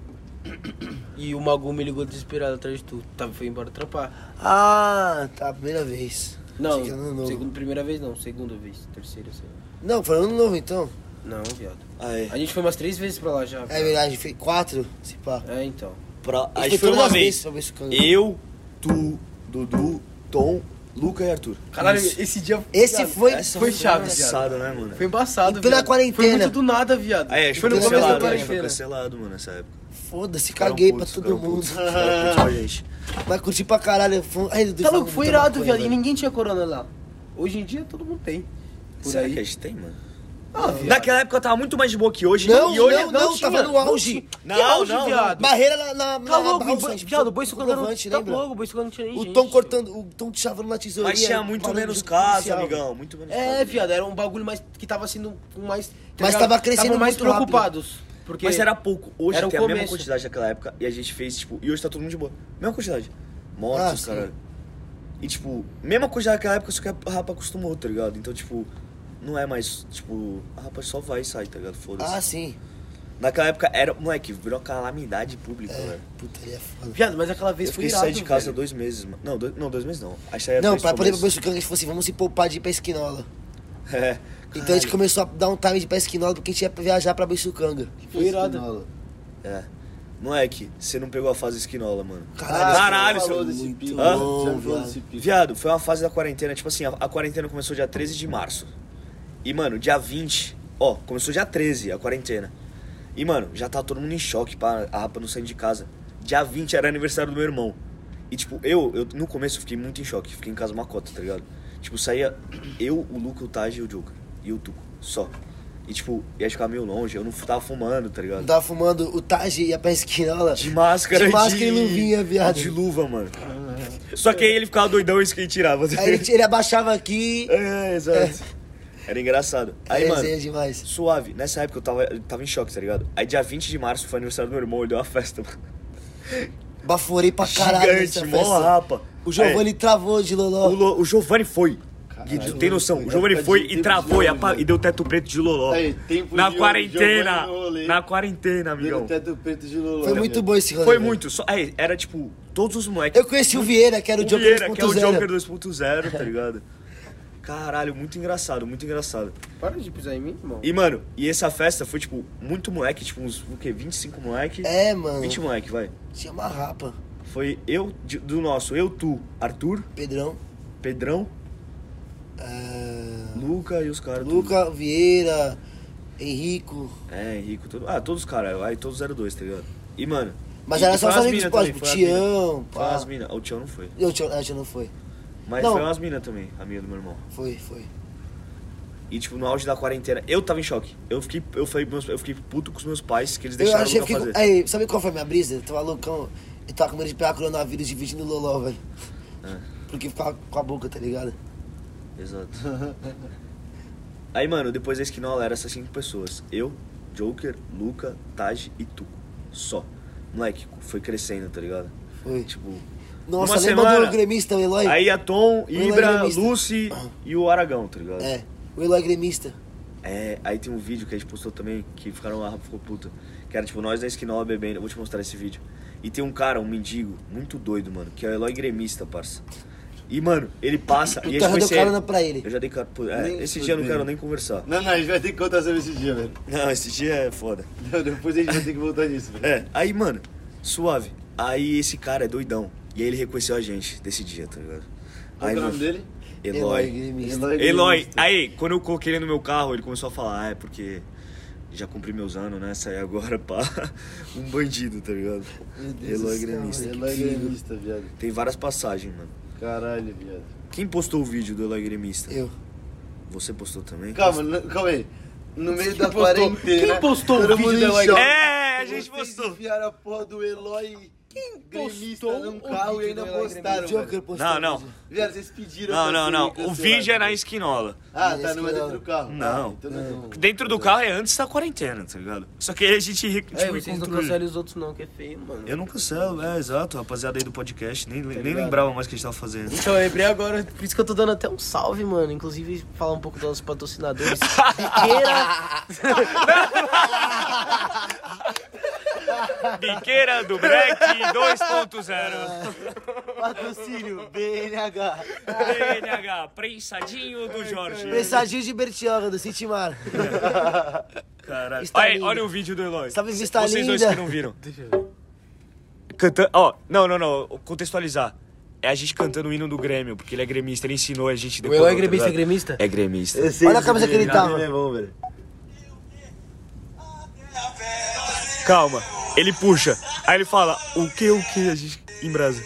Speaker 1: E o Magu me ligou desesperado atrás de tu. Tava, foi embora trampar.
Speaker 3: Ah, tá, primeira vez.
Speaker 1: Não,
Speaker 3: Achei que era ano novo.
Speaker 1: segunda, primeira vez não. Segunda vez, terceira, sei lá.
Speaker 3: Não, foi ano novo então.
Speaker 1: Não, viado.
Speaker 2: Ah, é.
Speaker 1: A gente foi umas três vezes pra lá já.
Speaker 3: É
Speaker 1: viado.
Speaker 3: verdade, foi quatro, se pá.
Speaker 1: É, então.
Speaker 2: Pra...
Speaker 3: Acho
Speaker 2: A
Speaker 3: que
Speaker 2: gente foi uma
Speaker 3: todas as
Speaker 2: vez.
Speaker 3: vezes pra ver se o cara-
Speaker 2: Eu, tu, Dudu, Tom, Luca e Arthur.
Speaker 1: Caralho,
Speaker 2: Isso.
Speaker 1: esse dia.
Speaker 3: Esse
Speaker 1: viado,
Speaker 3: foi-
Speaker 2: Essa
Speaker 1: foi chave,
Speaker 2: engraçado, né, mano?
Speaker 1: Foi embaçado,
Speaker 3: E pela
Speaker 1: viado. Foi
Speaker 3: quarentena.
Speaker 1: muito do nada, viado.
Speaker 2: Ah, é, a gente foi
Speaker 1: no começo da
Speaker 2: cancelado, a gente foi
Speaker 1: quarentena.
Speaker 2: cancelado, mano, nessa época.
Speaker 3: Foda-se,
Speaker 2: Ficaram
Speaker 3: caguei pra
Speaker 2: putos,
Speaker 3: todo
Speaker 2: ficaram
Speaker 3: mundo.
Speaker 2: putos, ficaram putos com a gente.
Speaker 3: Mas curti pra caralho. Foi... Ai, Dudu,
Speaker 1: Tá
Speaker 3: fala
Speaker 1: louco, foi
Speaker 3: muita
Speaker 1: irado,
Speaker 3: maconha,
Speaker 1: viado. E ninguém tinha corona lá. Hoje em dia todo mundo tem. Por
Speaker 2: Será
Speaker 1: aí.
Speaker 2: que é a gente tem, mano?
Speaker 1: Ah, viado.
Speaker 2: Naquela época eu tava muito mais de boa que hoje.
Speaker 3: Não,
Speaker 2: e hoje
Speaker 3: não, não,
Speaker 1: tinha.
Speaker 3: tava no auge.
Speaker 2: Não,
Speaker 1: Que auge,
Speaker 2: não,
Speaker 1: viado.
Speaker 3: Barreira na, na,
Speaker 1: Tá
Speaker 3: na
Speaker 1: louco,
Speaker 3: balsa, a
Speaker 1: boi-
Speaker 3: gente
Speaker 1: viado, o boi
Speaker 3: precisou
Speaker 1: socando no...
Speaker 3: comprovante,
Speaker 1: Tá
Speaker 3: lembra?
Speaker 1: louco, o boi socando não tinha nem
Speaker 3: O
Speaker 1: gente,
Speaker 3: Tom
Speaker 1: viado.
Speaker 3: cortando, o Tom te chavando na tesourinha.
Speaker 2: Mas tinha muito
Speaker 3: falando
Speaker 2: menos
Speaker 3: de
Speaker 2: caso,
Speaker 3: policial.
Speaker 2: amigão. Muito menos
Speaker 1: É,
Speaker 2: caso.
Speaker 1: viado, era um bagulho mais que tava sendo com mais. tá
Speaker 3: Mas
Speaker 1: ligado?
Speaker 3: tava crescendo
Speaker 1: Tavam mais
Speaker 3: muito rápido.
Speaker 1: preocupados. Porque
Speaker 2: Mas era pouco. Hoje
Speaker 1: Era o
Speaker 2: tem a mesma
Speaker 1: começo.
Speaker 2: quantidade daquela época e a gente fez, tipo, e hoje tá todo mundo de boa. Mesma quantidade.
Speaker 3: Ah,
Speaker 2: Mortos,
Speaker 3: sim.
Speaker 2: cara. E tipo, mesma quantidade daquela época, só que a rapa acostumou, tá ligado? Então, tipo, não é mais, tipo, a rapa só vai e sai, tá ligado? Foda-se.
Speaker 3: Ah, sim.
Speaker 2: Naquela época era, moleque, virou uma calamidade pública, velho.
Speaker 3: Puta, ele é foda.
Speaker 1: Viado, mas aquela vez
Speaker 2: Eu
Speaker 1: foi
Speaker 2: fiquei
Speaker 1: irado.
Speaker 2: sair de casa
Speaker 1: velho.
Speaker 2: dois meses, mano. Não, dois, não, É dois meses não. Aí saía
Speaker 3: Não,
Speaker 2: três
Speaker 3: pra
Speaker 2: por
Speaker 3: poder
Speaker 2: mês.
Speaker 3: pro Sucanga, a gente falou assim, vamos se poupar de ir pra esquinola.
Speaker 2: É.
Speaker 3: Então a gente começou a dar um time de ir pra esquinola porque a gente ia viajar pra Boiçucanga.
Speaker 1: Foi irado.
Speaker 4: Esquinola.
Speaker 2: É. Moleque, você não pegou a fase esquinola, mano.
Speaker 3: Caralho,
Speaker 2: Caralho,
Speaker 4: você é
Speaker 2: seu
Speaker 4: falou desse pico.
Speaker 2: Hã?
Speaker 4: Você
Speaker 3: Bom,
Speaker 4: não falou
Speaker 3: viado.
Speaker 4: desse pico.
Speaker 2: Viado, foi uma fase da quarentena, tipo assim, a, a quarentena começou dia 13 de março. E, mano, dia 20, ó, começou dia 13 a quarentena. E, mano, já tá todo mundo em choque, pá, a rapa não saindo de casa. Dia 20 era aniversário do meu irmão. E, tipo, eu, eu no começo eu fiquei muito em choque, fiquei em casa uma cota, tá ligado? Tipo, saía eu, o Luca, o Taj e o Joker. E o Tuco, só. E, tipo, ia ficar meio longe, eu não fu- tava fumando, tá ligado?
Speaker 3: Eu tava fumando o Taj e ia pra esquinola.
Speaker 2: De máscara,
Speaker 3: De máscara e luvinha, viado.
Speaker 2: De luva, mano. Só que aí ele ficava doidão e isso que ele tirava. tá
Speaker 3: Aí
Speaker 2: ligado?
Speaker 3: ele, ele abaixava aqui.
Speaker 2: É, exato. Era engraçado. Aí,
Speaker 3: Resenha
Speaker 2: mano,
Speaker 3: demais.
Speaker 2: suave. Nessa época eu tava, eu tava em choque, tá ligado? Aí dia 20 de março foi aniversário do meu irmão, ele deu uma festa, mano.
Speaker 3: Baforei pra Ah, caralho nessa
Speaker 2: Gigante, mó
Speaker 3: festa.
Speaker 2: rapa.
Speaker 3: O Giovanni travou de
Speaker 2: Aí, o,
Speaker 3: loló.
Speaker 2: Lo- o Giovanni foi. Gui, tu tem noção? O Giovanni
Speaker 4: Época
Speaker 2: foi
Speaker 4: de-
Speaker 2: e
Speaker 4: de-
Speaker 2: travou e,
Speaker 4: de-
Speaker 2: apa- e deu teto preto de Loló.
Speaker 4: Aí, tempo
Speaker 2: Na
Speaker 4: de-
Speaker 2: quarentena.
Speaker 4: Giovanni no rolê.
Speaker 2: Na quarentena,
Speaker 4: Deu
Speaker 2: amigão.
Speaker 4: teto preto de né? Lolo.
Speaker 3: Foi muito bom esse
Speaker 2: né?
Speaker 3: rolê. né?
Speaker 2: Foi
Speaker 3: velho.
Speaker 2: muito. Só, aí, era tipo, todos os moleques.
Speaker 3: Eu conheci o Vieira, que era o,
Speaker 2: o
Speaker 3: Joker
Speaker 2: Vieira, que é o
Speaker 3: 2.0.
Speaker 2: Joker 2.0, tá ligado? Caralho, muito engraçado, muito engraçado.
Speaker 1: Para de pisar em mim, irmão.
Speaker 2: E, mano, e essa festa foi, tipo, muito moleque, tipo, uns, o quê? 25 moleque?
Speaker 3: É, mano.
Speaker 2: 20 moleque, vai.
Speaker 3: Tinha uma rapa.
Speaker 2: Foi eu, de- do nosso, eu, tu, Arthur,
Speaker 3: Pedrão.
Speaker 2: Pedrão,
Speaker 3: ah,
Speaker 2: Luca e os caras. tudo.
Speaker 3: Luca, Vieira, Henrico.
Speaker 2: É, Henrico, todo. Ah, todos os caras, aí todos 02, tá ligado? E, mano.
Speaker 3: Mas
Speaker 2: e-
Speaker 3: era
Speaker 2: e foi
Speaker 3: só os
Speaker 2: umas
Speaker 3: amigos
Speaker 2: mina
Speaker 3: pós,
Speaker 2: também,
Speaker 3: tipo,
Speaker 2: foi umas mina.
Speaker 3: Tião,
Speaker 2: Foi
Speaker 3: pá.
Speaker 2: umas mina. Ah, O Tião não foi.
Speaker 3: Eu, Tião, ah, Tião não foi.
Speaker 2: Mas
Speaker 3: Não.
Speaker 2: foi umas mina também, amiga do meu irmão.
Speaker 3: Foi, foi.
Speaker 2: E, tipo, no auge da quarentena, eu tava em choque. Eu fiquei, eu falei, meus- eu fiquei puto com os meus pais, que eles
Speaker 3: Eu
Speaker 2: deixaram
Speaker 3: achei
Speaker 2: eu
Speaker 3: que.
Speaker 2: fazer.
Speaker 3: Aí, sabe qual foi a minha brisa? Eu tava loucão. Eu tava com medo de pegar coronavírus dividindo o Loló, velho.
Speaker 2: É.
Speaker 3: Porque ficava com a boca, tá ligado?
Speaker 2: Exato. Aí, mano, depois da esquinola era essas cinco pessoas. Eu, Joker, Luca, Taj e tu. Só. Moleque, foi crescendo, tá ligado?
Speaker 3: Foi.
Speaker 2: Tipo.
Speaker 3: Nossa,
Speaker 2: uma
Speaker 3: lembra
Speaker 2: semana,
Speaker 3: do gremista, o Eloy?
Speaker 2: Aí a Tom,
Speaker 3: Eloy
Speaker 2: Ibra,
Speaker 3: gremista.
Speaker 2: Lucy e o Aragão, tá ligado?
Speaker 3: É, o Eloy gremista.
Speaker 2: É, aí tem um vídeo que a gente postou também, que ficaram lá, ficou puta. Que era tipo, nós da esquinola bebendo. Eu vou te mostrar esse vídeo. E tem um cara, um mendigo, muito doido, mano, que é o Eloy Gremista, parça. E, mano, ele passa. e
Speaker 3: Tu arranjou
Speaker 2: conhece-
Speaker 3: carona pra ele.
Speaker 2: Eu já dei cara. É,
Speaker 4: Nem
Speaker 2: esse dia eu não
Speaker 4: fudendo.
Speaker 2: quero nem conversar.
Speaker 4: Não, não, a gente vai ter que contar sobre esse dia, velho.
Speaker 2: Não, esse dia é foda.
Speaker 4: Não, Depois a gente vai ter que voltar nisso, velho.
Speaker 2: É, aí, mano, suave. Aí esse cara é doidão. E aí ele reconheceu a gente desse dia, tá ligado?
Speaker 4: Qual
Speaker 2: aí,
Speaker 4: que é o
Speaker 2: mano,
Speaker 4: nome dele?
Speaker 3: Eloy
Speaker 2: Eloy.
Speaker 3: gremista.
Speaker 4: Eloy. tá.
Speaker 2: Eloy.
Speaker 4: Gremista.
Speaker 2: Aí, quando eu coloquei ele no meu carro, ele começou a falar, ah, é porque já cumpri meus anos, né? Saí agora pra um bandido, tá ligado? Eloy Gremista.
Speaker 4: Eloy Gremista, viado.
Speaker 2: Tem várias passagens, mano.
Speaker 4: Caralho, viado.
Speaker 2: Quem postou o vídeo do Eloy Gremista?
Speaker 3: Eu.
Speaker 2: Você postou também?
Speaker 4: Calma, não- calma aí. No meio da
Speaker 1: postou?
Speaker 4: quarentena.
Speaker 1: Quem postou o
Speaker 4: todo
Speaker 1: vídeo
Speaker 4: mundo
Speaker 1: do
Speaker 4: em
Speaker 1: Eloy
Speaker 4: choque.
Speaker 2: É, a
Speaker 4: Vocês
Speaker 2: gente postou.
Speaker 4: enfiaram a porra do Eloy
Speaker 1: Quem
Speaker 4: Gremista
Speaker 1: postou
Speaker 4: num
Speaker 1: o
Speaker 4: carro e
Speaker 1: vídeo
Speaker 4: ainda
Speaker 1: do Ela
Speaker 4: postaram.
Speaker 1: Gremista?
Speaker 4: velho.
Speaker 2: Não, não.
Speaker 4: Viado, vocês pediram.
Speaker 5: Não,
Speaker 4: pra
Speaker 5: não,
Speaker 4: ser
Speaker 5: não. O
Speaker 4: cancelado.
Speaker 5: vídeo é na esquinola.
Speaker 4: Ah, tá,
Speaker 3: Esse
Speaker 4: não é
Speaker 3: que
Speaker 4: dentro
Speaker 3: não.
Speaker 4: do carro.
Speaker 5: Não.
Speaker 4: Ah, então não.
Speaker 5: Dentro do carro é antes da quarentena, tá ligado? Só que aí a gente tipo,
Speaker 1: É, vocês não
Speaker 5: encontrou ele.
Speaker 1: cancelam os outros não, que é feio, mano.
Speaker 2: Eu não cancelo, é exato, rapaziada aí do podcast,
Speaker 1: Tá
Speaker 2: nem, nem
Speaker 4: ligado?
Speaker 2: lembrava mais o que a gente tava fazendo.
Speaker 1: Então, eu lembrei agora, por isso que eu tô dando até um salve, mano. Inclusive, falar um pouco dos nossos patrocinadores. Biqueira,
Speaker 5: Biqueira do Black 2.0.
Speaker 4: Patrocínio,
Speaker 3: né,
Speaker 4: BNH.
Speaker 5: BNH, prensadinho do Jorge.
Speaker 3: Presságio de Bertioga, do Sintimar.
Speaker 2: Caralho.
Speaker 3: Está
Speaker 5: Olha,
Speaker 3: lindo.
Speaker 5: olha o vídeo do Eloy.
Speaker 3: Sabe vista
Speaker 5: Vocês dois
Speaker 3: linda?
Speaker 5: que não viram. Cantando. Ó, não, não, não. Contextualizar. É a gente cantando o hino do Grêmio, porque ele é gremista, ele ensinou a gente depois.
Speaker 1: Eloy é gremista, é gremista?
Speaker 5: É gremista.
Speaker 3: Olha a camisa que ele tava.
Speaker 1: é
Speaker 5: Calma, ele puxa. Aí ele fala, o que, o que a gente em Brasa?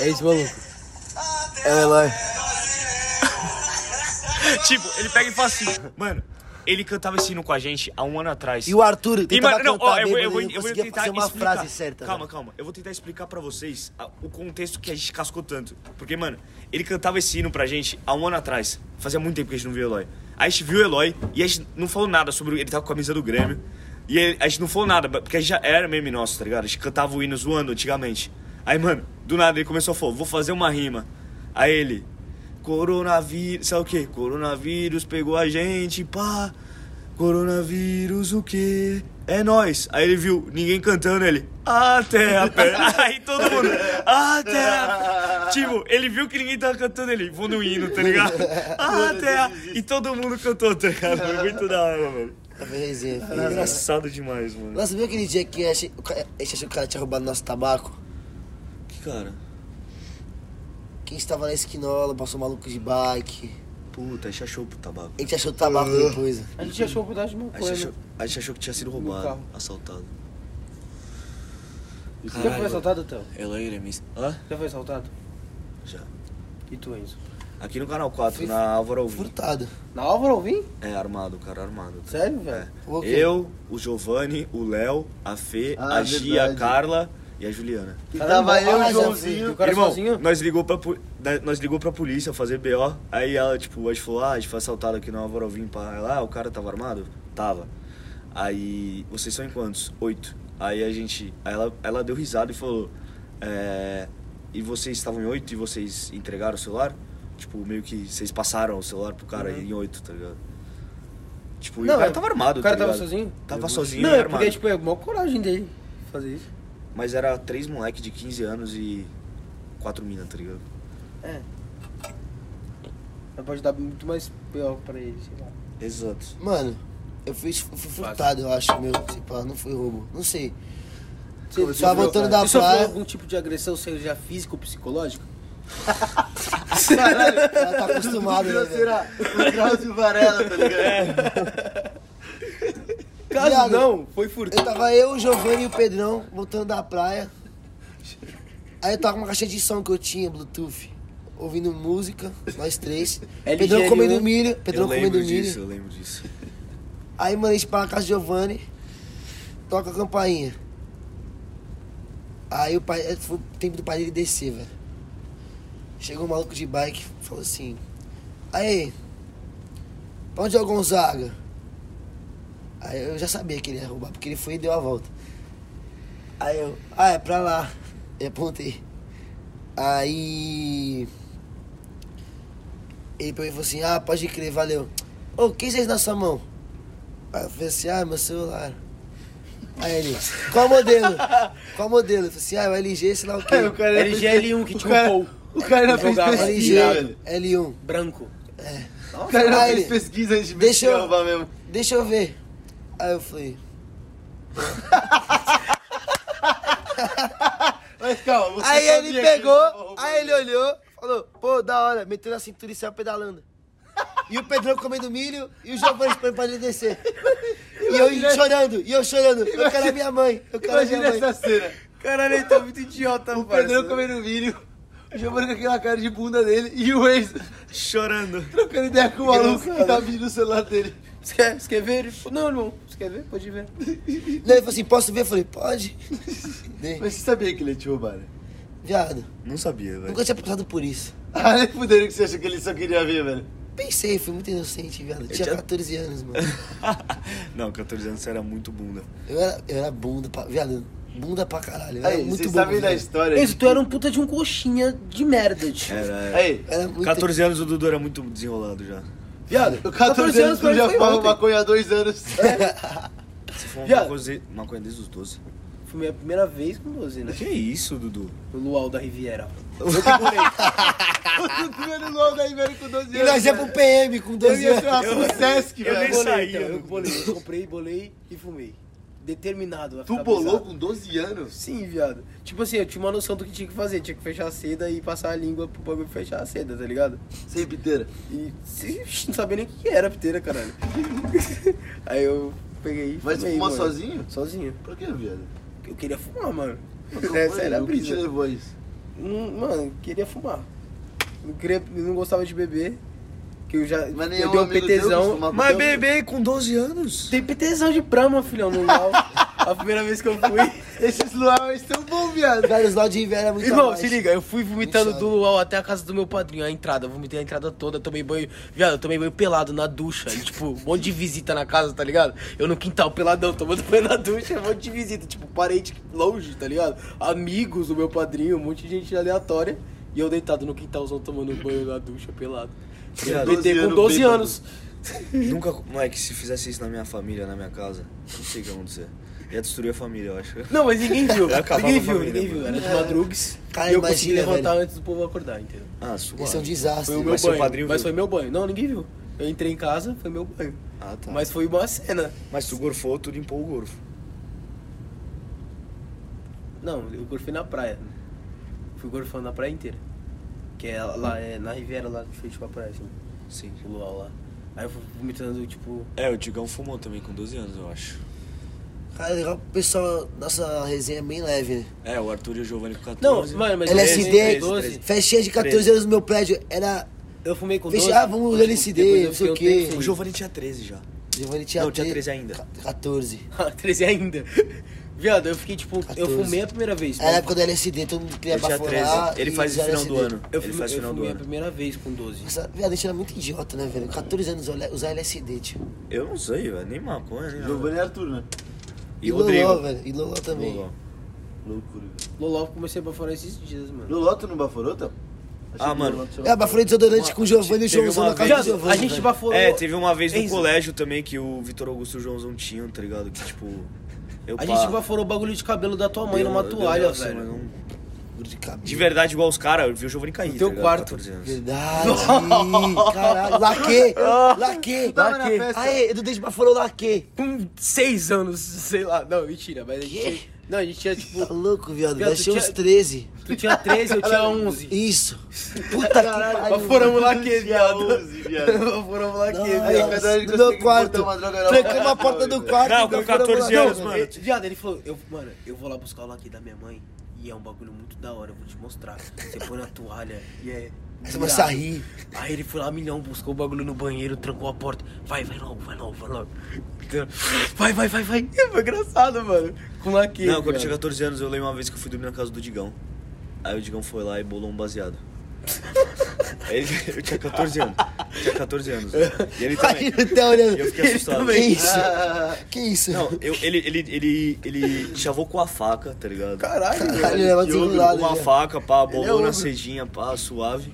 Speaker 1: É isso, maluco.
Speaker 5: Tipo, ele pega e fala assim, mano, ele cantava esse hino com a gente há um ano atrás.
Speaker 3: E o Arthur
Speaker 5: E,
Speaker 3: tentava
Speaker 5: mano, não, ó,
Speaker 3: cantar
Speaker 5: eu, vou-
Speaker 3: bêbado,
Speaker 5: eu vou,
Speaker 3: ele não
Speaker 5: eu vou
Speaker 3: conseguia
Speaker 5: tentar
Speaker 3: fazer uma
Speaker 5: explicar.
Speaker 3: frase certa. né?
Speaker 5: Calma, calma. Eu vou tentar explicar pra vocês a- o contexto que a gente cascou tanto. Porque, mano, ele cantava esse hino pra gente há um ano atrás. Fazia muito tempo que a gente não viu o Eloy. Aí a gente viu o Eloy e a gente não falou nada sobre... o- Ele tava com a camisa do Grêmio. E ele- a gente não falou nada, porque a gente já era meme nosso, tá ligado? A gente cantava o hino zoando antigamente. Aí, mano, do nada ele começou a falar, vou fazer uma rima. Aí ele... Coronavírus... Sabe o quê? Coronavírus pegou a gente, pá... Coronavírus, o quê? É nós. Aí ele viu ninguém cantando, ele. Até a pé. Aí todo mundo. Até a pé. Tipo, ele viu que ninguém tava cantando, ele. Vou no hino, tá ligado? Até a... E todo mundo cantou, tá ligado? Foi muito da hora, mano.
Speaker 3: Também resenha, filho.
Speaker 5: Engraçado demais, mano.
Speaker 3: Nossa, viu aquele dia que a gente, a gente achou que o cara tinha roubado nosso tabaco?
Speaker 2: Que cara?
Speaker 3: Que a gente tava na esquinola, passou um maluco de bike.
Speaker 2: Puta, a gente achou tá pro tabaco.
Speaker 3: A gente achou o tabaco depois.
Speaker 1: A gente achou que de uma
Speaker 2: A gente, achou,
Speaker 1: coisa.
Speaker 2: a gente achou que tinha sido
Speaker 1: carro.
Speaker 2: roubado, assaltado.
Speaker 1: Você já foi assaltado, Theo?
Speaker 2: Eloy
Speaker 5: é
Speaker 2: gremista. Hã?
Speaker 1: Já foi assaltado?
Speaker 2: Já.
Speaker 1: E tu, Enzo?
Speaker 2: Aqui no canal 4, na Álvaro Alvim.
Speaker 3: Furtado.
Speaker 1: Na Álvaro Alvim?
Speaker 2: É armado, cara, armado. tá
Speaker 1: Sério, velho?
Speaker 3: O quê?
Speaker 2: É. Eu, o Giovanni, o Léo, a Fê,
Speaker 4: Ah,
Speaker 2: a Gia, a
Speaker 4: verdade.
Speaker 2: Carla e a Juliana.
Speaker 4: E
Speaker 1: Caramba,
Speaker 4: tava eu
Speaker 1: olha,
Speaker 4: e
Speaker 1: Zé,
Speaker 4: o Joãozinho.
Speaker 1: O cara
Speaker 2: Irmão,
Speaker 1: sozinho?
Speaker 2: nós ligou, pra, pu- da- nós ligou pra polícia fazer BO. Aí ela, tipo, a gente falou, ah, a gente foi assaltado aqui na Alvorovim pra lá, "Ah, o cara tava armado? Tava. Aí, vocês são em quantos? Oito. Aí a gente, aí ela, ela deu risada e falou, é, e vocês estavam em oito e vocês entregaram o celular? Tipo, meio que vocês passaram o celular pro cara em oito, tá ligado? Tipo, e o cara
Speaker 1: Uhum. é-
Speaker 2: tava armado,
Speaker 1: O cara
Speaker 2: tá
Speaker 1: tava
Speaker 2: ligado?
Speaker 1: sozinho?
Speaker 2: Tava sozinho
Speaker 1: Não,
Speaker 2: e
Speaker 1: é
Speaker 2: armado.
Speaker 1: porque, tipo, é mó coragem dele fazer isso.
Speaker 2: Mas era três moleque de 15 anos e quatro minas, tá ligado?
Speaker 1: Mas pode dar muito mais pior pra ele, sei lá.
Speaker 2: Exato.
Speaker 3: Mano, eu fui, eu fui furtado, eu acho, meu. Sei lá, não foi roubo. Não sei.
Speaker 1: Você
Speaker 3: Tava voltando da
Speaker 1: você sofreu
Speaker 3: praia.
Speaker 1: algum tipo de agressão, seja física ou psicológica?
Speaker 3: Ela tá acostumada, né,
Speaker 4: Não
Speaker 3: velho?
Speaker 4: será? O Drauzio Varela, tá ligado?
Speaker 1: Caso
Speaker 3: Viado,
Speaker 1: não, foi furtado.
Speaker 3: Eu tava eu, o Giovanni e o Pedrão voltando da praia. Aí eu tava com uma caixa de som que eu tinha, Bluetooth. Ouvindo música, nós três.
Speaker 1: LGN1.
Speaker 3: Pedrão comendo milho.
Speaker 2: É né? Eu
Speaker 3: Pedrão comendo
Speaker 2: lembro
Speaker 3: milho.
Speaker 2: disso, eu lembro disso.
Speaker 3: Aí, mano, a gente para na casa de Giovanni, toca a campainha. Aí o pai, é, foi o tempo do pai dele descer, velho. Chegou um maluco de bike, falou assim: Aí, pra onde é o Gonzaga? Aí eu já sabia que ele ia roubar, porque ele foi e deu a volta. Aí eu, ah, é pra lá. E apontei. Aí. Ele pegou e falou assim: ah, pode crer, valeu. Ô, o que vocês na sua mão? Aí eu falei assim, ah, meu celular. Aí ele, qual modelo? Qual modelo? Eu falei assim, ah, é o LG, sei lá o quê.
Speaker 4: O cara é era-
Speaker 1: LGL1 que
Speaker 4: o
Speaker 1: tinha um
Speaker 4: cara-
Speaker 1: Paul.
Speaker 4: O cara ainda fez
Speaker 1: Jogava
Speaker 4: pesquisa,
Speaker 3: LG,
Speaker 4: velho.
Speaker 3: L1.
Speaker 1: Branco.
Speaker 4: O cara ainda
Speaker 3: Aí
Speaker 4: fez
Speaker 3: ele,
Speaker 4: pesquisa antes de me
Speaker 3: deixa eu-
Speaker 4: salvar mesmo.
Speaker 3: Deixa eu ver. Aí eu falei,
Speaker 4: Mas calma, você
Speaker 3: Aí
Speaker 4: sabia
Speaker 3: ele
Speaker 4: que tava
Speaker 3: pegou,
Speaker 4: roubando.
Speaker 3: aí ele olhou, falou, pô, da hora, meteu na cintura e saiu pedalando. E o Pedrão comendo milho e o Giovanni esperando pra ele descer. E eu chorando, e eu chorando, eu quero a minha mãe, eu quero a minha
Speaker 4: Imagina
Speaker 3: mãe.
Speaker 4: essa cena.
Speaker 1: Caralho, ele tá muito idiota,
Speaker 4: O Pedrão comendo milho, o Giovanni com aquela cara de bunda dele e o ex
Speaker 2: Chorando.
Speaker 4: trocando ideia com o maluco que tava pedindo o celular dele.
Speaker 1: Você quer, você quer ver? Ele falou, não, irmão, você quer ver? Pode ver.
Speaker 3: Não, ele falou assim, posso ver? Eu falei, pode. Dei.
Speaker 4: Mas você sabia que ele é te roubaram?
Speaker 3: Viado,
Speaker 2: Não sabia, velho.
Speaker 3: nunca tinha passado por isso.
Speaker 4: Ah, nem fuderam que você achou que ele só queria ver, velho.
Speaker 3: Pensei, fui muito inocente, viado. Eu tinha
Speaker 2: tinha-
Speaker 3: 14 anos, mano.
Speaker 2: não, 14 anos você era muito bunda.
Speaker 3: Eu era, eu era bunda pra. Viado, bunda pra caralho. Eu era
Speaker 4: Aí,
Speaker 3: muito
Speaker 4: vocês
Speaker 3: bom,
Speaker 4: sabem da
Speaker 3: viado.
Speaker 4: história.
Speaker 6: Esse tu era um puta de um coxinha de merda, tio.
Speaker 2: Era, era.
Speaker 4: Aí,
Speaker 3: Eu Era muito...
Speaker 2: 14 anos o Dudu era muito desenrolado já.
Speaker 4: viado, 14 anos
Speaker 6: pra
Speaker 4: tu
Speaker 6: ele
Speaker 4: já
Speaker 6: foi
Speaker 4: fumava
Speaker 6: ontem.
Speaker 4: maconha há dois anos.
Speaker 2: Você foi uma
Speaker 1: Viado.
Speaker 2: coisa, maconha desde os 12.
Speaker 1: Foi minha primeira vez com 12, né?
Speaker 2: Que isso, Dudu?
Speaker 1: No Luau da Riviera.
Speaker 4: O primeiro LOL da Ibero com 12
Speaker 3: E
Speaker 4: anos.
Speaker 3: nós ia pro PM com 12
Speaker 4: né?
Speaker 3: anos.
Speaker 4: pro Sesc,
Speaker 5: eu nem
Speaker 4: velho.
Speaker 5: saí,
Speaker 1: então, eu
Speaker 5: eu-
Speaker 1: bolei, eu comprei, bolei e fumei. Determinado. a
Speaker 4: Tu
Speaker 1: ficar
Speaker 4: bolou
Speaker 1: bizarro.
Speaker 4: com 12 anos?
Speaker 1: Sim, viado. Tipo assim, eu tinha uma noção do que tinha que fazer. Tinha que fechar a seda e passar a língua pro bagulho fechar a seda, tá ligado?
Speaker 4: Sem piteira.
Speaker 1: E se- não sabia nem o que era a piteira, caralho. Aí eu peguei e
Speaker 4: Mas tu
Speaker 1: fumei,
Speaker 4: fumou
Speaker 1: mano.
Speaker 4: sozinho?
Speaker 1: Sozinho.
Speaker 4: Por que, viado?
Speaker 1: Eu queria fumar, mano.
Speaker 4: Foi,
Speaker 1: Essa era a
Speaker 4: assim? o que te
Speaker 1: brisa.
Speaker 4: levou a isso?
Speaker 1: Não- Mano, queria fumar. Não, queria, não gostava de beber. Que eu já
Speaker 4: Mas nenhum
Speaker 1: eu dei um
Speaker 4: amigo teu
Speaker 1: PTzão.
Speaker 4: costuma
Speaker 2: Mas
Speaker 4: beber?
Speaker 2: bebê com 12 anos?
Speaker 1: Tem PTzão de prama, filhão, no mal. a primeira vez que eu fui.
Speaker 4: Esses luau estão bons, viado.
Speaker 3: Velho, os Lau de Inverno é muito
Speaker 1: Irmão,
Speaker 3: mais.
Speaker 1: se liga, eu fui vomitando
Speaker 3: Não
Speaker 1: do luau até a casa do meu padrinho, a entrada. Eu vomitei a entrada toda, tomei banho. Viado, eu tomei banho pelado na ducha. E, tipo, um monte de visita na casa, tá ligado? Eu no quintal, peladão, tomando banho na ducha, um monte de visita. Tipo, parente longe, tá ligado? Amigos do meu padrinho, um monte de gente aleatória. E eu deitado no quintalzão tomando banho na ducha, pelado.
Speaker 2: Viado,
Speaker 1: Deitei
Speaker 4: 12
Speaker 1: com
Speaker 4: anos,
Speaker 1: 12
Speaker 4: bêbado.
Speaker 1: anos.
Speaker 2: Nunca. Moleque, se fizesse isso na minha família, na minha casa, não sei o que ia acontecer. Ia destruir a família, eu acho.
Speaker 1: Não, mas ninguém viu.
Speaker 2: Eu acabava
Speaker 1: Ninguém
Speaker 2: a
Speaker 1: viu,
Speaker 2: família,
Speaker 1: ninguém viu. Era de madrugues.
Speaker 3: Cara,
Speaker 1: e eu consegui
Speaker 3: imagina,
Speaker 1: levantar
Speaker 3: velho.
Speaker 1: antes do povo acordar, entendeu?
Speaker 2: Ah, sua.
Speaker 3: Esse é um desastre.
Speaker 1: Foi o meu
Speaker 2: Mas seu
Speaker 1: banho.
Speaker 2: padrinho
Speaker 1: mas
Speaker 2: viu?
Speaker 1: foi meu banho. Não, ninguém viu. Eu entrei em casa, foi meu banho.
Speaker 2: Ah, tá. Mas...
Speaker 1: Mas foi uma cena.
Speaker 2: tu gorfou, tu limpou o gorfo.
Speaker 1: Não, eu gorfei na praia. Fui gorfando a praia inteira. Que é lá, é na Riviera, lá de frente pra praia, assim.
Speaker 2: Sim.
Speaker 1: O luau lá. Aí eu fui vomitando, tipo...
Speaker 2: É, o Digão fumou também com 12 anos, eu acho.
Speaker 3: Cara, legal que o pessoal, nossa resenha é bem leve, né?
Speaker 2: É, o Arthur e o Giovanni com 14.
Speaker 1: Não, mano, mas...
Speaker 3: LSD,
Speaker 1: eu fumei com 12.
Speaker 3: Festinha de 14
Speaker 2: Treze.
Speaker 3: anos no meu prédio era.
Speaker 1: Eu fumei com 12.
Speaker 3: Fechar, ah, vamos no LSD,
Speaker 1: depois eu
Speaker 3: não sei
Speaker 1: fiquei
Speaker 3: o
Speaker 1: um
Speaker 3: quê.
Speaker 1: tempo
Speaker 2: O
Speaker 1: sem-
Speaker 2: Giovanni tinha 13 já.
Speaker 3: Giovanni tinha
Speaker 2: Não, tinha
Speaker 3: tre-
Speaker 2: 13 ainda.
Speaker 3: ca- 14.
Speaker 1: 13 ainda. Viado, eu fiquei, tipo... Eu
Speaker 3: 14.
Speaker 1: fumei a primeira vez.
Speaker 3: Era a época do LSD, todo mundo
Speaker 1: é
Speaker 3: queria
Speaker 2: Ele tinha
Speaker 3: baforar.
Speaker 2: 13. Ele
Speaker 3: e
Speaker 2: faz no
Speaker 3: usar
Speaker 2: final do
Speaker 3: LSD.
Speaker 2: ano.
Speaker 1: Eu
Speaker 2: Ele
Speaker 1: fumei,
Speaker 2: faz no
Speaker 1: eu
Speaker 2: final do
Speaker 1: fumei a
Speaker 2: ano.
Speaker 1: primeira vez com 12.
Speaker 3: Nossa, viado, a gente era muito idiota, né, velho? 14 anos olha- usar LSD, tio.
Speaker 2: Eu não sei, velho. Nem maconha, nem nada.
Speaker 4: Giovanni e Arthur, né?
Speaker 2: E Rodrigo.
Speaker 3: velho. E Loló também.
Speaker 2: Loló.
Speaker 4: Loucura, velho.
Speaker 1: Loló, eu comecei a baforar esses dias, mano.
Speaker 4: Loló, tu não baforou, tá? Achei
Speaker 2: Ah,
Speaker 4: que
Speaker 2: mano.
Speaker 4: Loló te
Speaker 3: É,
Speaker 4: chamava.
Speaker 3: baforei desodorante
Speaker 2: Uma-
Speaker 3: com o Giovanni e o
Speaker 2: teve
Speaker 3: Joãozão
Speaker 2: uma
Speaker 3: na casa
Speaker 2: vez-
Speaker 3: do
Speaker 1: Viado,
Speaker 3: Giovanni.
Speaker 1: a gente
Speaker 3: velho.
Speaker 1: baforou...
Speaker 2: É, teve uma vez no
Speaker 1: Enzo.
Speaker 2: colégio também que o Vitor Augusto e o Joãozão tinham, tá ligado? Que tipo. Eu,
Speaker 1: A
Speaker 2: pá,
Speaker 1: gente baforou o bagulho de cabelo da tua mãe
Speaker 2: deu-
Speaker 1: numa
Speaker 2: deu
Speaker 1: toalha,
Speaker 2: negócio,
Speaker 1: velho.
Speaker 2: mas não-
Speaker 3: De cabelo.
Speaker 2: De verdade, igual os caras, eu vi o Giovanni cair.
Speaker 1: No teu
Speaker 2: tá ligado?
Speaker 1: quarto.
Speaker 2: 14 anos.
Speaker 3: Verdade. Caralho. Laque. Laque.
Speaker 4: Tava na
Speaker 3: Laque.
Speaker 4: festa.
Speaker 3: Aê, Edu Dente baforou laque.
Speaker 1: com seis anos, sei lá. Não, mentira, mas a gente. Não, a gente tinha tipo.
Speaker 3: Tá louco, viado.
Speaker 1: Viado,
Speaker 3: Vai ser
Speaker 1: tu
Speaker 3: uns
Speaker 1: tinha-
Speaker 3: 13.
Speaker 1: Tu tinha 13, eu tinha 11.
Speaker 3: Isso. Puta que pariu.
Speaker 1: Mas furamos lá que,
Speaker 4: Dia
Speaker 1: viado.
Speaker 4: 11, viado.
Speaker 1: Mas Furamos lá que,
Speaker 3: Não,
Speaker 4: Aí,
Speaker 1: viado.
Speaker 3: viado.
Speaker 4: cada um consegue
Speaker 3: No meu
Speaker 4: botar
Speaker 3: quarto.
Speaker 4: uma droga nova.
Speaker 3: Trancamos a porta do quarto.
Speaker 2: Não, com 14
Speaker 3: Não,
Speaker 2: anos,
Speaker 1: Não,
Speaker 2: mano.
Speaker 1: ele- Viado, ele falou, eu, mano, eu vou lá buscar o laque da minha mãe. E é um bagulho muito da hora, eu vou te mostrar. Você põe na toalha e é.
Speaker 3: Você começa a rir.
Speaker 1: Aí ele foi lá, milhão, buscou o bagulho no banheiro, trancou a porta. Vai, vai logo, vai logo, vai logo. Vai, vai, vai, vai. Foi engraçado, mano. é Com laque.
Speaker 2: Não, quando eu
Speaker 1: viado.
Speaker 2: tinha 14 anos, eu lembro uma vez que eu fui dormir na casa do Digão. Aí o Digão foi lá e bolou um baseado. Ele, eu tinha 14 anos. Eu tinha 14 anos. E ele
Speaker 3: Aí
Speaker 2: também.
Speaker 3: ele tá olhando.
Speaker 2: E eu fiquei assustado.
Speaker 3: Que
Speaker 4: É
Speaker 3: isso?
Speaker 4: Ah.
Speaker 3: Que isso?
Speaker 2: Não, eu- ele, ele, ele, ele chavou com a faca, tá ligado?
Speaker 1: Caralho,
Speaker 3: Caralho, ele é desenrolado.
Speaker 2: uma
Speaker 3: já.
Speaker 2: faca, pá,
Speaker 1: é
Speaker 2: bolou
Speaker 1: ogro.
Speaker 2: na cedinha, pá, suave.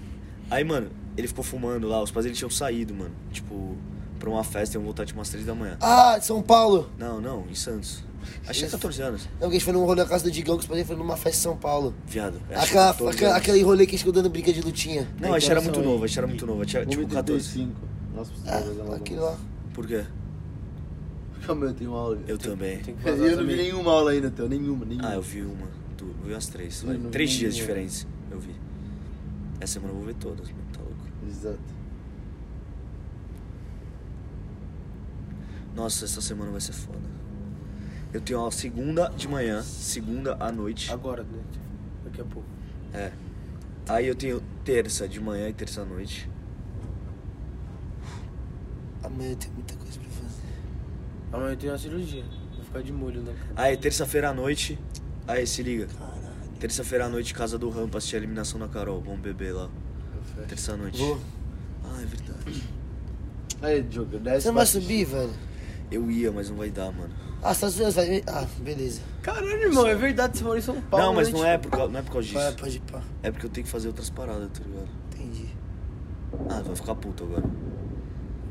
Speaker 2: Aí, mano, ele ficou fumando lá, os pais dele tinham saído, mano. Tipo, pra uma festa, iam voltar tipo umas 3 da manhã.
Speaker 3: Ah, de São Paulo.
Speaker 2: Não, não, em Santos. Achei 14 anos.
Speaker 3: Não, porque a gente foi num rolê na casa do Digão, que os pais dele foi numa festa em São Paulo.
Speaker 2: Viado. É, eu achei
Speaker 3: Aquela,
Speaker 2: 14
Speaker 3: aquela-
Speaker 2: anos.
Speaker 3: aquele rolê que a gente ficou dando briga de lutinha.
Speaker 2: Não, a gente era muito novo, a gente era muito novo. eu Tinha, tipo, 14.
Speaker 4: 1,85. Nossa,
Speaker 3: Ah,
Speaker 4: precisa fazer uma
Speaker 3: aquele lá.
Speaker 2: Por quê?
Speaker 4: Calma, eu tenho uma aula.
Speaker 2: Eu também.
Speaker 4: Mas eu não vi nenhuma aula ainda, Teu. Nenhuma, nenhuma.
Speaker 2: Ah, eu vi uma. Du... Eu vi umas três.
Speaker 4: Eu
Speaker 2: vai.
Speaker 4: não vi
Speaker 2: Três dias
Speaker 4: nenhuma.
Speaker 2: diferentes. Eu vi. Essa semana eu vou ver todas, mano. Tá louco.
Speaker 4: Exato.
Speaker 2: Nossa, essa semana vai ser foda. Eu tenho aula segunda de manhã, segunda à noite.
Speaker 1: Agora, né? Daqui a pouco.
Speaker 2: É. Aí eu tenho terça de manhã e terça à noite.
Speaker 3: Amanhã eu tenho muita coisa pra fazer.
Speaker 1: Amanhã eu tenho uma cirurgia. Vou ficar de molho, né?
Speaker 2: Aí, terça-feira à noite. Aí, se liga.
Speaker 3: Caralho.
Speaker 2: Terça-feira à noite, casa do Rampa, assistir a eliminação da Carol. Vamos beber lá. Terça à noite.
Speaker 3: Vou.
Speaker 2: Ah, é verdade.
Speaker 4: Aí, Diogo,
Speaker 3: Você
Speaker 4: desce.
Speaker 3: não vai subir, velho?
Speaker 2: Eu ia, mas não vai dar, mano.
Speaker 3: Ah, Estados Unidos vai. Ah, beleza.
Speaker 1: Caralho, irmão, é verdade, você mora em São Paulo.
Speaker 2: não, mas
Speaker 1: né,
Speaker 2: não
Speaker 1: tipo?
Speaker 2: é, por causa, não é por causa disso.
Speaker 3: Vai, pode ir pá.
Speaker 2: É porque eu tenho que fazer outras paradas, tá ligado?
Speaker 3: Entendi.
Speaker 2: Ah, vai ficar puto agora.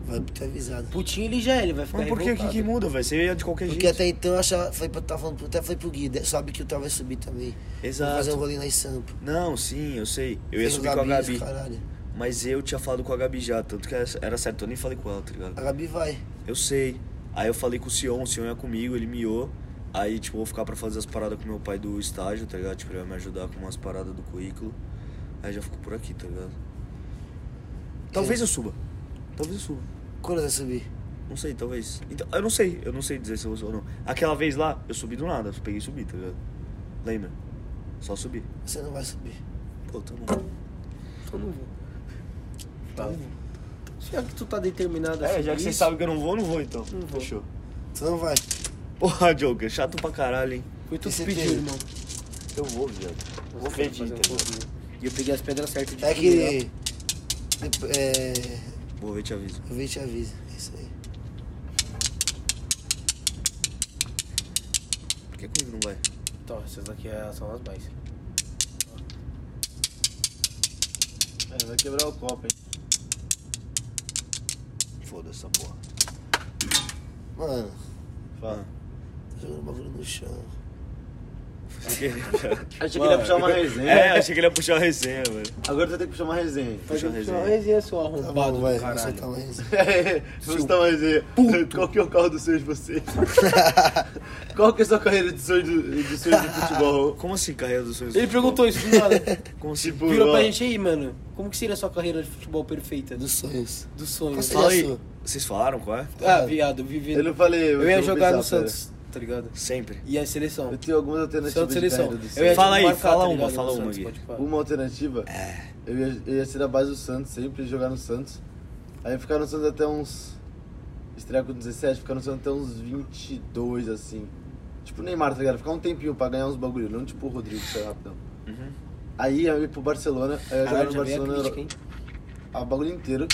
Speaker 3: Vai ter avisado.
Speaker 6: Putinho ele já é, ele vai ficar
Speaker 2: Mas por que? O que, que muda, velho? Você ia de qualquer
Speaker 3: Porque
Speaker 2: jeito.
Speaker 3: até então eu achava, falei pra, tava falando, pro- até falei pro Gui, de- sabe que o Tal vai subir também. Vou fazer um
Speaker 2: Exato.
Speaker 3: rolê lá em Sampa.
Speaker 2: Não, sim, eu sei. Eu ia
Speaker 3: Tem
Speaker 2: subir com a
Speaker 3: os
Speaker 2: Gabi.
Speaker 3: Caralho.
Speaker 2: Mas eu tinha falado com a Gabi já, tanto que era certo, eu nem falei com ela, tá ligado?
Speaker 3: A Gabi vai.
Speaker 2: Eu sei. Aí eu falei com o Sion, o Sion ia comigo, ele miou. Aí, tipo, eu vou ficar pra fazer as paradas com meu pai do estágio, tá ligado? Tipo, ele vai me ajudar com umas paradas do currículo. Aí já fico por aqui, tá ligado? Talvez eu suba. Talvez eu suba.
Speaker 3: Quando vai subir?
Speaker 2: Não sei, talvez. Então, eu não sei, eu não sei dizer se eu vou subir ou não. Aquela vez lá, eu subi do nada, eu peguei e subi, tá ligado? Lembra? Só subi.
Speaker 3: Você não vai subir.
Speaker 2: Pô, tá bom.
Speaker 1: Então não vou. Tá. Já que tu tá determinado
Speaker 2: É,
Speaker 1: assim
Speaker 2: já que vocês
Speaker 1: isso,
Speaker 2: sabem que eu não vou, eu não vou então.
Speaker 1: vou.
Speaker 2: Fechou.
Speaker 3: Você não vai.
Speaker 2: Porra, Joker, chato pra caralho, hein?
Speaker 1: Foi tu
Speaker 3: Tem
Speaker 1: que pediu,
Speaker 3: certeza?
Speaker 1: irmão.
Speaker 2: Eu vou, viado. Vou pedir,
Speaker 1: Fazer um
Speaker 2: entendeu?
Speaker 1: pouquinho.
Speaker 6: E eu peguei as pedras certas de
Speaker 3: É
Speaker 6: primeira.
Speaker 3: que. Depo- É,
Speaker 2: Vou ver, te aviso.
Speaker 3: eu vejo e te aviso. É isso aí.
Speaker 2: Por que comigo não vai?
Speaker 1: Então, essas daqui é- são as mais.
Speaker 4: É, vai quebrar o copo, hein?
Speaker 2: Foda-se essa porra.
Speaker 3: Mano,
Speaker 2: Fala.
Speaker 3: tô jogando bagulho no chão.
Speaker 4: Achei que ele ia puxar uma resenha.
Speaker 2: É, eu achei que ele ia puxar a resenha, velho.
Speaker 4: Agora tu vai ter que puxar uma resenha.
Speaker 2: Puxar a
Speaker 1: Só
Speaker 2: resenha.
Speaker 1: resenha sua
Speaker 3: Tá
Speaker 1: arrombada
Speaker 3: bom,
Speaker 1: do
Speaker 3: vai. Vou
Speaker 1: caralho.
Speaker 3: soltar um uma resenha.
Speaker 4: Vamos dar uma resenha. um Qual que é o carro dos sonhos de vocês? Qual que é a sua carreira de sonho de, de sonho de futebol?
Speaker 2: Como assim, carreira dos sonhos?
Speaker 1: Ele perguntou isso do nada.
Speaker 2: Como assim?
Speaker 4: Tipo,
Speaker 1: Virou
Speaker 4: ó,
Speaker 1: pra gente aí, mano. Como que seria a sua carreira de futebol perfeita?
Speaker 3: Dos sonhos.
Speaker 1: Dos sonhos.
Speaker 3: Você
Speaker 2: Fala
Speaker 3: já
Speaker 2: aí.
Speaker 3: sou.
Speaker 2: Vocês falaram qual é?
Speaker 4: tá-
Speaker 1: Ah, viado, vivendo.
Speaker 4: Eu não falei.
Speaker 1: Eu
Speaker 4: mas
Speaker 1: ia
Speaker 4: vou
Speaker 1: jogar
Speaker 4: pensar,
Speaker 1: no
Speaker 4: pera.
Speaker 1: Santos, tá ligado?
Speaker 2: Sempre.
Speaker 1: E a seleção.
Speaker 4: né? Eu tenho algumas
Speaker 1: Santos
Speaker 4: alternativas de
Speaker 1: seleção.
Speaker 4: carreira do
Speaker 1: Eu ia,
Speaker 4: Santos.
Speaker 2: Fala aí,
Speaker 1: marcar,
Speaker 2: fala
Speaker 1: tá
Speaker 2: uma,
Speaker 1: ligado,
Speaker 2: fala
Speaker 1: no
Speaker 2: uma,
Speaker 1: Santos,
Speaker 2: Gui.
Speaker 1: pode pá.
Speaker 4: Uma alternativa?
Speaker 1: É.
Speaker 4: Eu ia, eu ia ser da base do Santos sempre, jogar no Santos. Aí ficar no Santos até uns... Estrear com 17, ficar no Santos até uns 22, assim. Tipo o Neymar, tá ligado? Ficar um tempinho pra ganhar uns bagulho, não tipo o Rodrigo, que sai rapidão. Aí eu ia pro Barcelona, aí eu ia
Speaker 1: Uhum.
Speaker 4: jogar
Speaker 1: Caralho,
Speaker 4: no
Speaker 1: já veio a
Speaker 4: Barcelona...
Speaker 1: crítica, hein?
Speaker 4: a bagulho inteiro.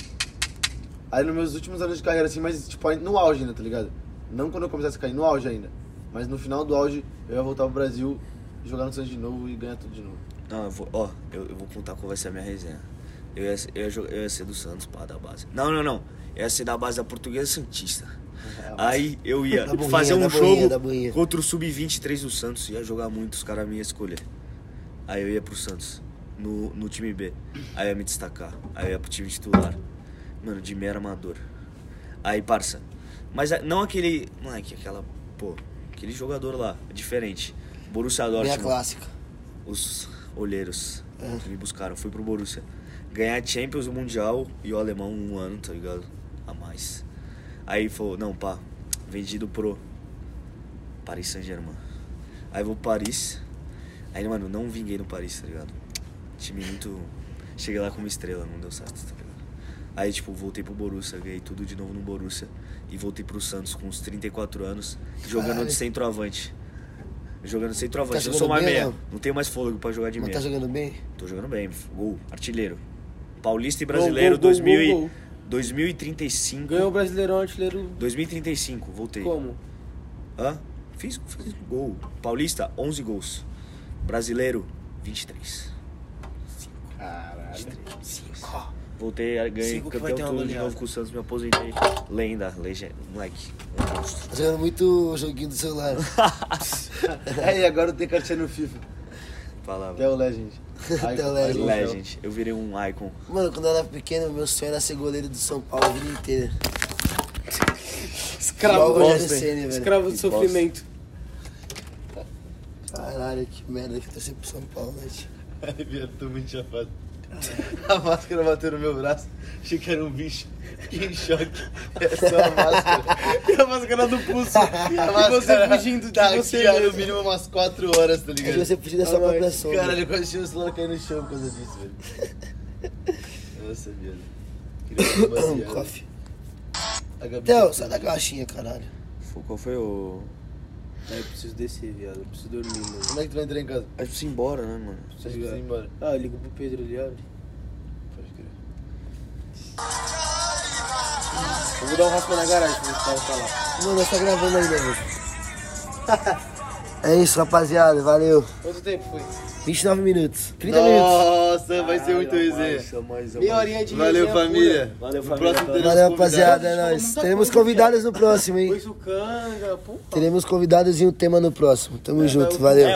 Speaker 4: Aí nos meus últimos anos de carreira, assim, mas tipo, no auge ainda, tá ligado? Não quando eu começasse a cair, no auge ainda. Mas no final do auge, eu ia voltar pro Brasil, jogar no Santos de novo e ganhar tudo de novo.
Speaker 2: Não, eu vou, ó, eu, eu vou contar qual vai ser a minha resenha. Eu ia, ser- eu ia, jo- eu ia ser do Santos, pá, da base. Não, não, não. Eu ia ser da base da Portuguesa Santista.
Speaker 3: Ah.
Speaker 2: Aí eu ia
Speaker 3: Da boinha,
Speaker 2: fazer um
Speaker 3: da boinha,
Speaker 2: jogo
Speaker 3: da boinha.
Speaker 2: contra o Sub-23 do Santos. Ia jogar muito, os caras me iam escolher. Aí eu ia pro Santos, no, no time B. Aí eu ia me destacar. Aí eu ia pro time titular. Mano, de mera amador. Aí, parça. Mas a- não aquele. Moleque, aquela. Pô, aquele jogador lá, diferente. Borussia Dortmund.
Speaker 3: Minha clássica.
Speaker 2: Os olheiros que me buscaram. Fui pro Borussia. Ganhar Champions, o Mundial e o Alemão um ano, tá ligado? A mais. Aí falou, não, pá, vendido pro Paris Saint-Germain. Aí vou pro Paris. Aí, mano, não vinguei no Paris, tá ligado? Time muito. Cheguei lá como estrela, não deu certo, tá ligado? Aí, tipo, voltei pro Borussia, ganhei tudo de novo no Borussia. E voltei pro Santos com uns 34 anos, jogando
Speaker 3: Caralho.
Speaker 2: de centroavante. Jogando de centroavante,
Speaker 3: Tá
Speaker 2: eu
Speaker 3: jogando
Speaker 2: sou mais
Speaker 3: bem,
Speaker 2: meia.
Speaker 3: não?
Speaker 2: Não tenho mais fôlego pra jogar de
Speaker 3: Mas
Speaker 2: meia.
Speaker 3: tá jogando bem?
Speaker 2: Tô jogando bem. Gol, artilheiro. Paulista e brasileiro,
Speaker 1: gol, gol,
Speaker 2: 2000 e-
Speaker 1: gol, gol.
Speaker 2: 2035.
Speaker 1: Ganhou o Brasileirão Artilheiro
Speaker 2: 2035, voltei.
Speaker 1: como?
Speaker 2: Hã? Fiz, fiz gol. Paulista, 11 gols. Brasileiro, 23.
Speaker 4: Caralho.
Speaker 2: Voltei, ganhei
Speaker 6: Cinco que vai
Speaker 2: campeão
Speaker 6: ter uma
Speaker 2: tudo de
Speaker 6: goleada.
Speaker 2: novo com o Santos, me aposentei. Lenda, legenda, moleque. Um monstro.
Speaker 3: Tá jogando muito joguinho do celular.
Speaker 4: Aí É, agora eu tenho cartinha no FIFA. Até
Speaker 2: Palavra.
Speaker 4: o Legend.
Speaker 3: Até o Legend.
Speaker 2: Legend. Eu virei um icon.
Speaker 3: Mano, quando eu era pequeno, meu sonho era ser goleiro do São Paulo a vida inteira. Igual o
Speaker 1: Escravo,
Speaker 3: Rogério
Speaker 1: bosta, hein?
Speaker 3: Ceni, velho.
Speaker 1: escravo do
Speaker 2: Que bosta.
Speaker 1: sofrimento.
Speaker 3: Caralho, que merda que tá sempre pro São Paulo, né, tio?
Speaker 4: Ai, viado, tô muito chapado. A máscara bateu no meu braço, achei que era um bicho. Fiquei em choque. É só a máscara.
Speaker 1: A máscara do pulso.
Speaker 4: A
Speaker 1: E você
Speaker 4: máscara
Speaker 1: fugindo
Speaker 4: tá
Speaker 1: de você
Speaker 4: aqui, ó, no
Speaker 1: mesmo.
Speaker 4: mínimo umas 4 horas, tá
Speaker 3: Acho que
Speaker 4: ligado?
Speaker 3: você podia dar sua própria sombra.
Speaker 4: Caralho, eu quase deixei o celular cair no chão por causa disso, velho. Nossa, viado. né? Queria
Speaker 3: Um
Speaker 4: é. tomar baseado.
Speaker 3: coffee.
Speaker 4: A Gabi
Speaker 3: Theo,
Speaker 4: sempre-
Speaker 3: sai da caixinha, caralho.
Speaker 2: Foi- Qual foi o.
Speaker 1: Aí Ah, eu preciso descer, viado. Eu preciso dormir, mano.
Speaker 4: Como é que tu vai entrar em casa?
Speaker 2: A gente precisa ir embora, né, mano?
Speaker 4: Você acha que você ir embora?
Speaker 1: Ah, eu ligo pro Pedro, ele abre.
Speaker 4: Pode crer.
Speaker 1: Eu vou dar um raspa na garagem pra esse cara falar.
Speaker 3: Mano, nós tá gravando ainda, velho. É isso, rapaziada. Valeu.
Speaker 1: Quanto tempo foi?
Speaker 3: 29 minutos. 30 minutos.
Speaker 4: Nossa, vai ser muito resenha.
Speaker 1: Meia horinha de
Speaker 4: Valeu,
Speaker 1: resenha
Speaker 4: família.
Speaker 1: pura.
Speaker 2: Valeu,
Speaker 4: No
Speaker 2: família.
Speaker 4: próximo teremos
Speaker 3: Valeu,
Speaker 4: convidados. um
Speaker 3: rapaziada. É nóis. Teremos convidados no próximo, hein?
Speaker 1: Foi sucanga, pô.
Speaker 4: É,
Speaker 3: Teremos convidados e um tema no próximo. Tamo junto. Valeu.